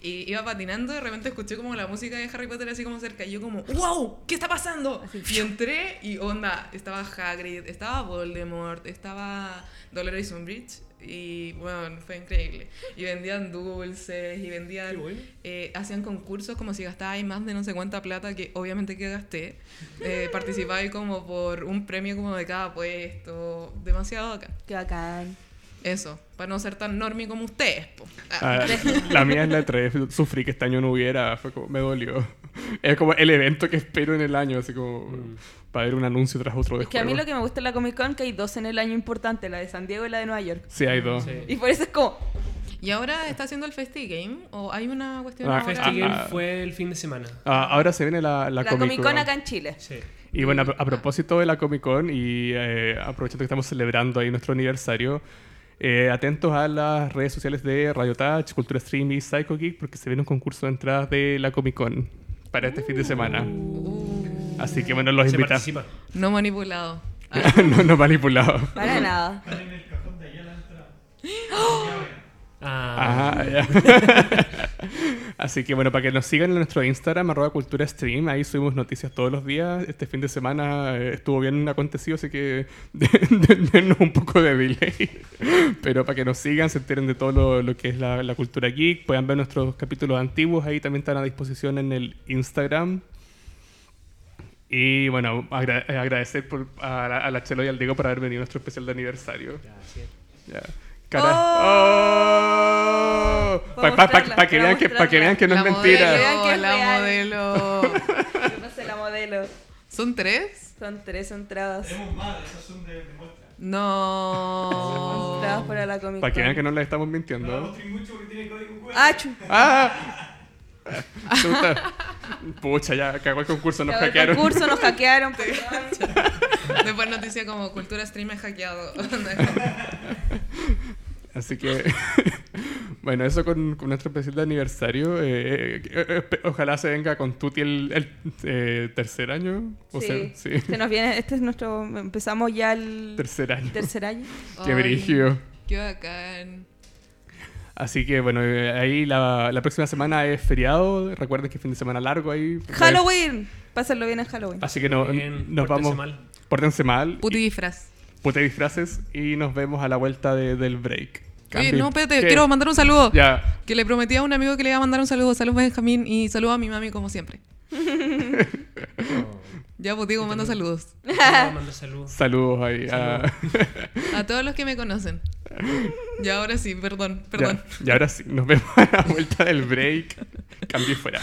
[SPEAKER 3] Y iba patinando y de repente escuché como la música de Harry Potter así como cerca. Y yo como, wow, ¿qué está pasando? Y entré y onda, estaba Hagrid, estaba Voldemort, estaba Dolores Umbridge. Y bueno, fue increíble. Y vendían dulces y vendían...
[SPEAKER 4] Qué bueno.
[SPEAKER 3] eh, hacían concursos como si gastabais más de no sé cuánta plata que obviamente que gasté. Eh, participabais como por un premio como de cada puesto. Demasiado acá.
[SPEAKER 2] Qué bacán.
[SPEAKER 3] Eso, para no ser tan normie como ustedes, po. Ah,
[SPEAKER 2] E
[SPEAKER 1] Ah, la mía es la E3. Sufrí que este año no hubiera. Fue como, me dolió. Es como el evento que espero en el año, así como. Para ver un anuncio tras otro de
[SPEAKER 2] Es que a mí
[SPEAKER 1] juego.
[SPEAKER 2] lo que me gusta de la Comic Con es que hay dos en el año importante, la de San Diego y la de Nueva York.
[SPEAKER 1] Sí, hay dos.
[SPEAKER 4] Sí.
[SPEAKER 2] Y por eso es como.
[SPEAKER 3] Y ahora está haciendo el Festi Game, o hay una cuestión
[SPEAKER 1] Ah,
[SPEAKER 3] ahora?
[SPEAKER 1] Festi
[SPEAKER 4] Festigame
[SPEAKER 1] ah.
[SPEAKER 4] fue el fin de semana.
[SPEAKER 1] Ah, ahora se viene la, la
[SPEAKER 2] La, Comic Con acá en Chile.
[SPEAKER 4] Sí.
[SPEAKER 1] Y bueno, a, a propósito de la Comic Con y eh, aprovechando que estamos celebrando ahí nuestro aniversario, eh, atentos a las redes sociales de Radio Touch, Cultura Stream y Psycho Geek porque se viene un concurso de entradas de la Comic Con para este fin de semana. Así que bueno, los
[SPEAKER 4] Se
[SPEAKER 1] invitamos.
[SPEAKER 4] participa.
[SPEAKER 3] No manipulado.
[SPEAKER 1] no, no manipulado.
[SPEAKER 2] Para nada.
[SPEAKER 5] Están en el cajón de allá la entrada. Ya ven.
[SPEAKER 4] Ah,
[SPEAKER 1] Ajá, ya. Así que bueno, para que nos sigan en nuestro Instagram, arroba cultura stream, ahí subimos noticias todos los días. Este fin de semana eh, estuvo bien acontecido, así que de- de- dennos un poco de delay. Pero para que nos sigan, se enteren de todo lo, lo que es la, la cultura geek, puedan ver nuestros capítulos antiguos, ahí también están a disposición en el Instagram. Y bueno, agra- eh, agradecer por- a, la- a la Chelo y al Diego por haber venido a nuestro especial de aniversario.
[SPEAKER 4] gracias.
[SPEAKER 1] Ya. Cara.
[SPEAKER 2] Oh.
[SPEAKER 1] Para
[SPEAKER 2] mostrarla,
[SPEAKER 1] que,
[SPEAKER 2] para
[SPEAKER 1] vean que, pa' que vean que no es
[SPEAKER 3] La
[SPEAKER 1] mentira.
[SPEAKER 3] modelo,
[SPEAKER 2] Vean que es
[SPEAKER 3] la
[SPEAKER 2] real.
[SPEAKER 3] modelo.
[SPEAKER 2] Yo pasé la modelo.
[SPEAKER 3] ¿Son tres?
[SPEAKER 2] Son tres entradas.
[SPEAKER 5] Tenemos más, de esos son de, de muestra.
[SPEAKER 3] No.
[SPEAKER 2] Entradas para la Comic Con.
[SPEAKER 1] Oh. Para que vean que no les estamos
[SPEAKER 5] No la
[SPEAKER 1] mintiendo.
[SPEAKER 5] mostré mucho porque tiene código QR.
[SPEAKER 2] Ah, chu.
[SPEAKER 1] ¡Ah! Chuta. Pucha, ya cagó el concurso, nos
[SPEAKER 2] Acabó el
[SPEAKER 1] hackearon.
[SPEAKER 2] concurso, nos hackearon.
[SPEAKER 3] Después noticia como cultura stream es hackeado.
[SPEAKER 1] Así que. Bueno, eso con, con nuestro especial de aniversario. eh, eh, eh, eh, ojalá se venga con Tuti el, el, eh, tercer año. O
[SPEAKER 2] Sí.
[SPEAKER 1] sea, sí.
[SPEAKER 2] Se nos viene, este es nuestro, empezamos ya el
[SPEAKER 1] Tercer año.
[SPEAKER 2] tercer año.
[SPEAKER 1] Qué brígido.
[SPEAKER 3] Qué bacán.
[SPEAKER 1] Así que bueno, eh, ahí la, la próxima semana es feriado. Recuerden que es fin de semana largo ahí.
[SPEAKER 2] Halloween, pásenlo bien en Halloween.
[SPEAKER 1] Así que no,
[SPEAKER 4] Bien,
[SPEAKER 1] nos
[SPEAKER 4] pórtense
[SPEAKER 1] vamos.
[SPEAKER 4] mal.
[SPEAKER 1] Pórtense mal.
[SPEAKER 3] Puti
[SPEAKER 1] y-
[SPEAKER 3] disfraz.
[SPEAKER 1] Pute disfraces. Y nos vemos a la vuelta de- del break.
[SPEAKER 3] Oye,
[SPEAKER 1] Cambio-
[SPEAKER 3] no, espérate,
[SPEAKER 1] ¿Qué?
[SPEAKER 3] quiero mandar un saludo.
[SPEAKER 1] Ya.
[SPEAKER 3] Que le prometí a un amigo que le iba a mandar un saludo. Saludos, Benjamín. Y saludo a mi mami, como siempre. ya, pues digo, mando saludos.
[SPEAKER 4] Te voy a mandar saludos.
[SPEAKER 1] Saludos ahí. a-
[SPEAKER 3] A todos los que me conocen. Y ahora sí, perdón, perdón.
[SPEAKER 1] Ya, y ahora sí, nos vemos a la vuelta del break. Cambio y fuera.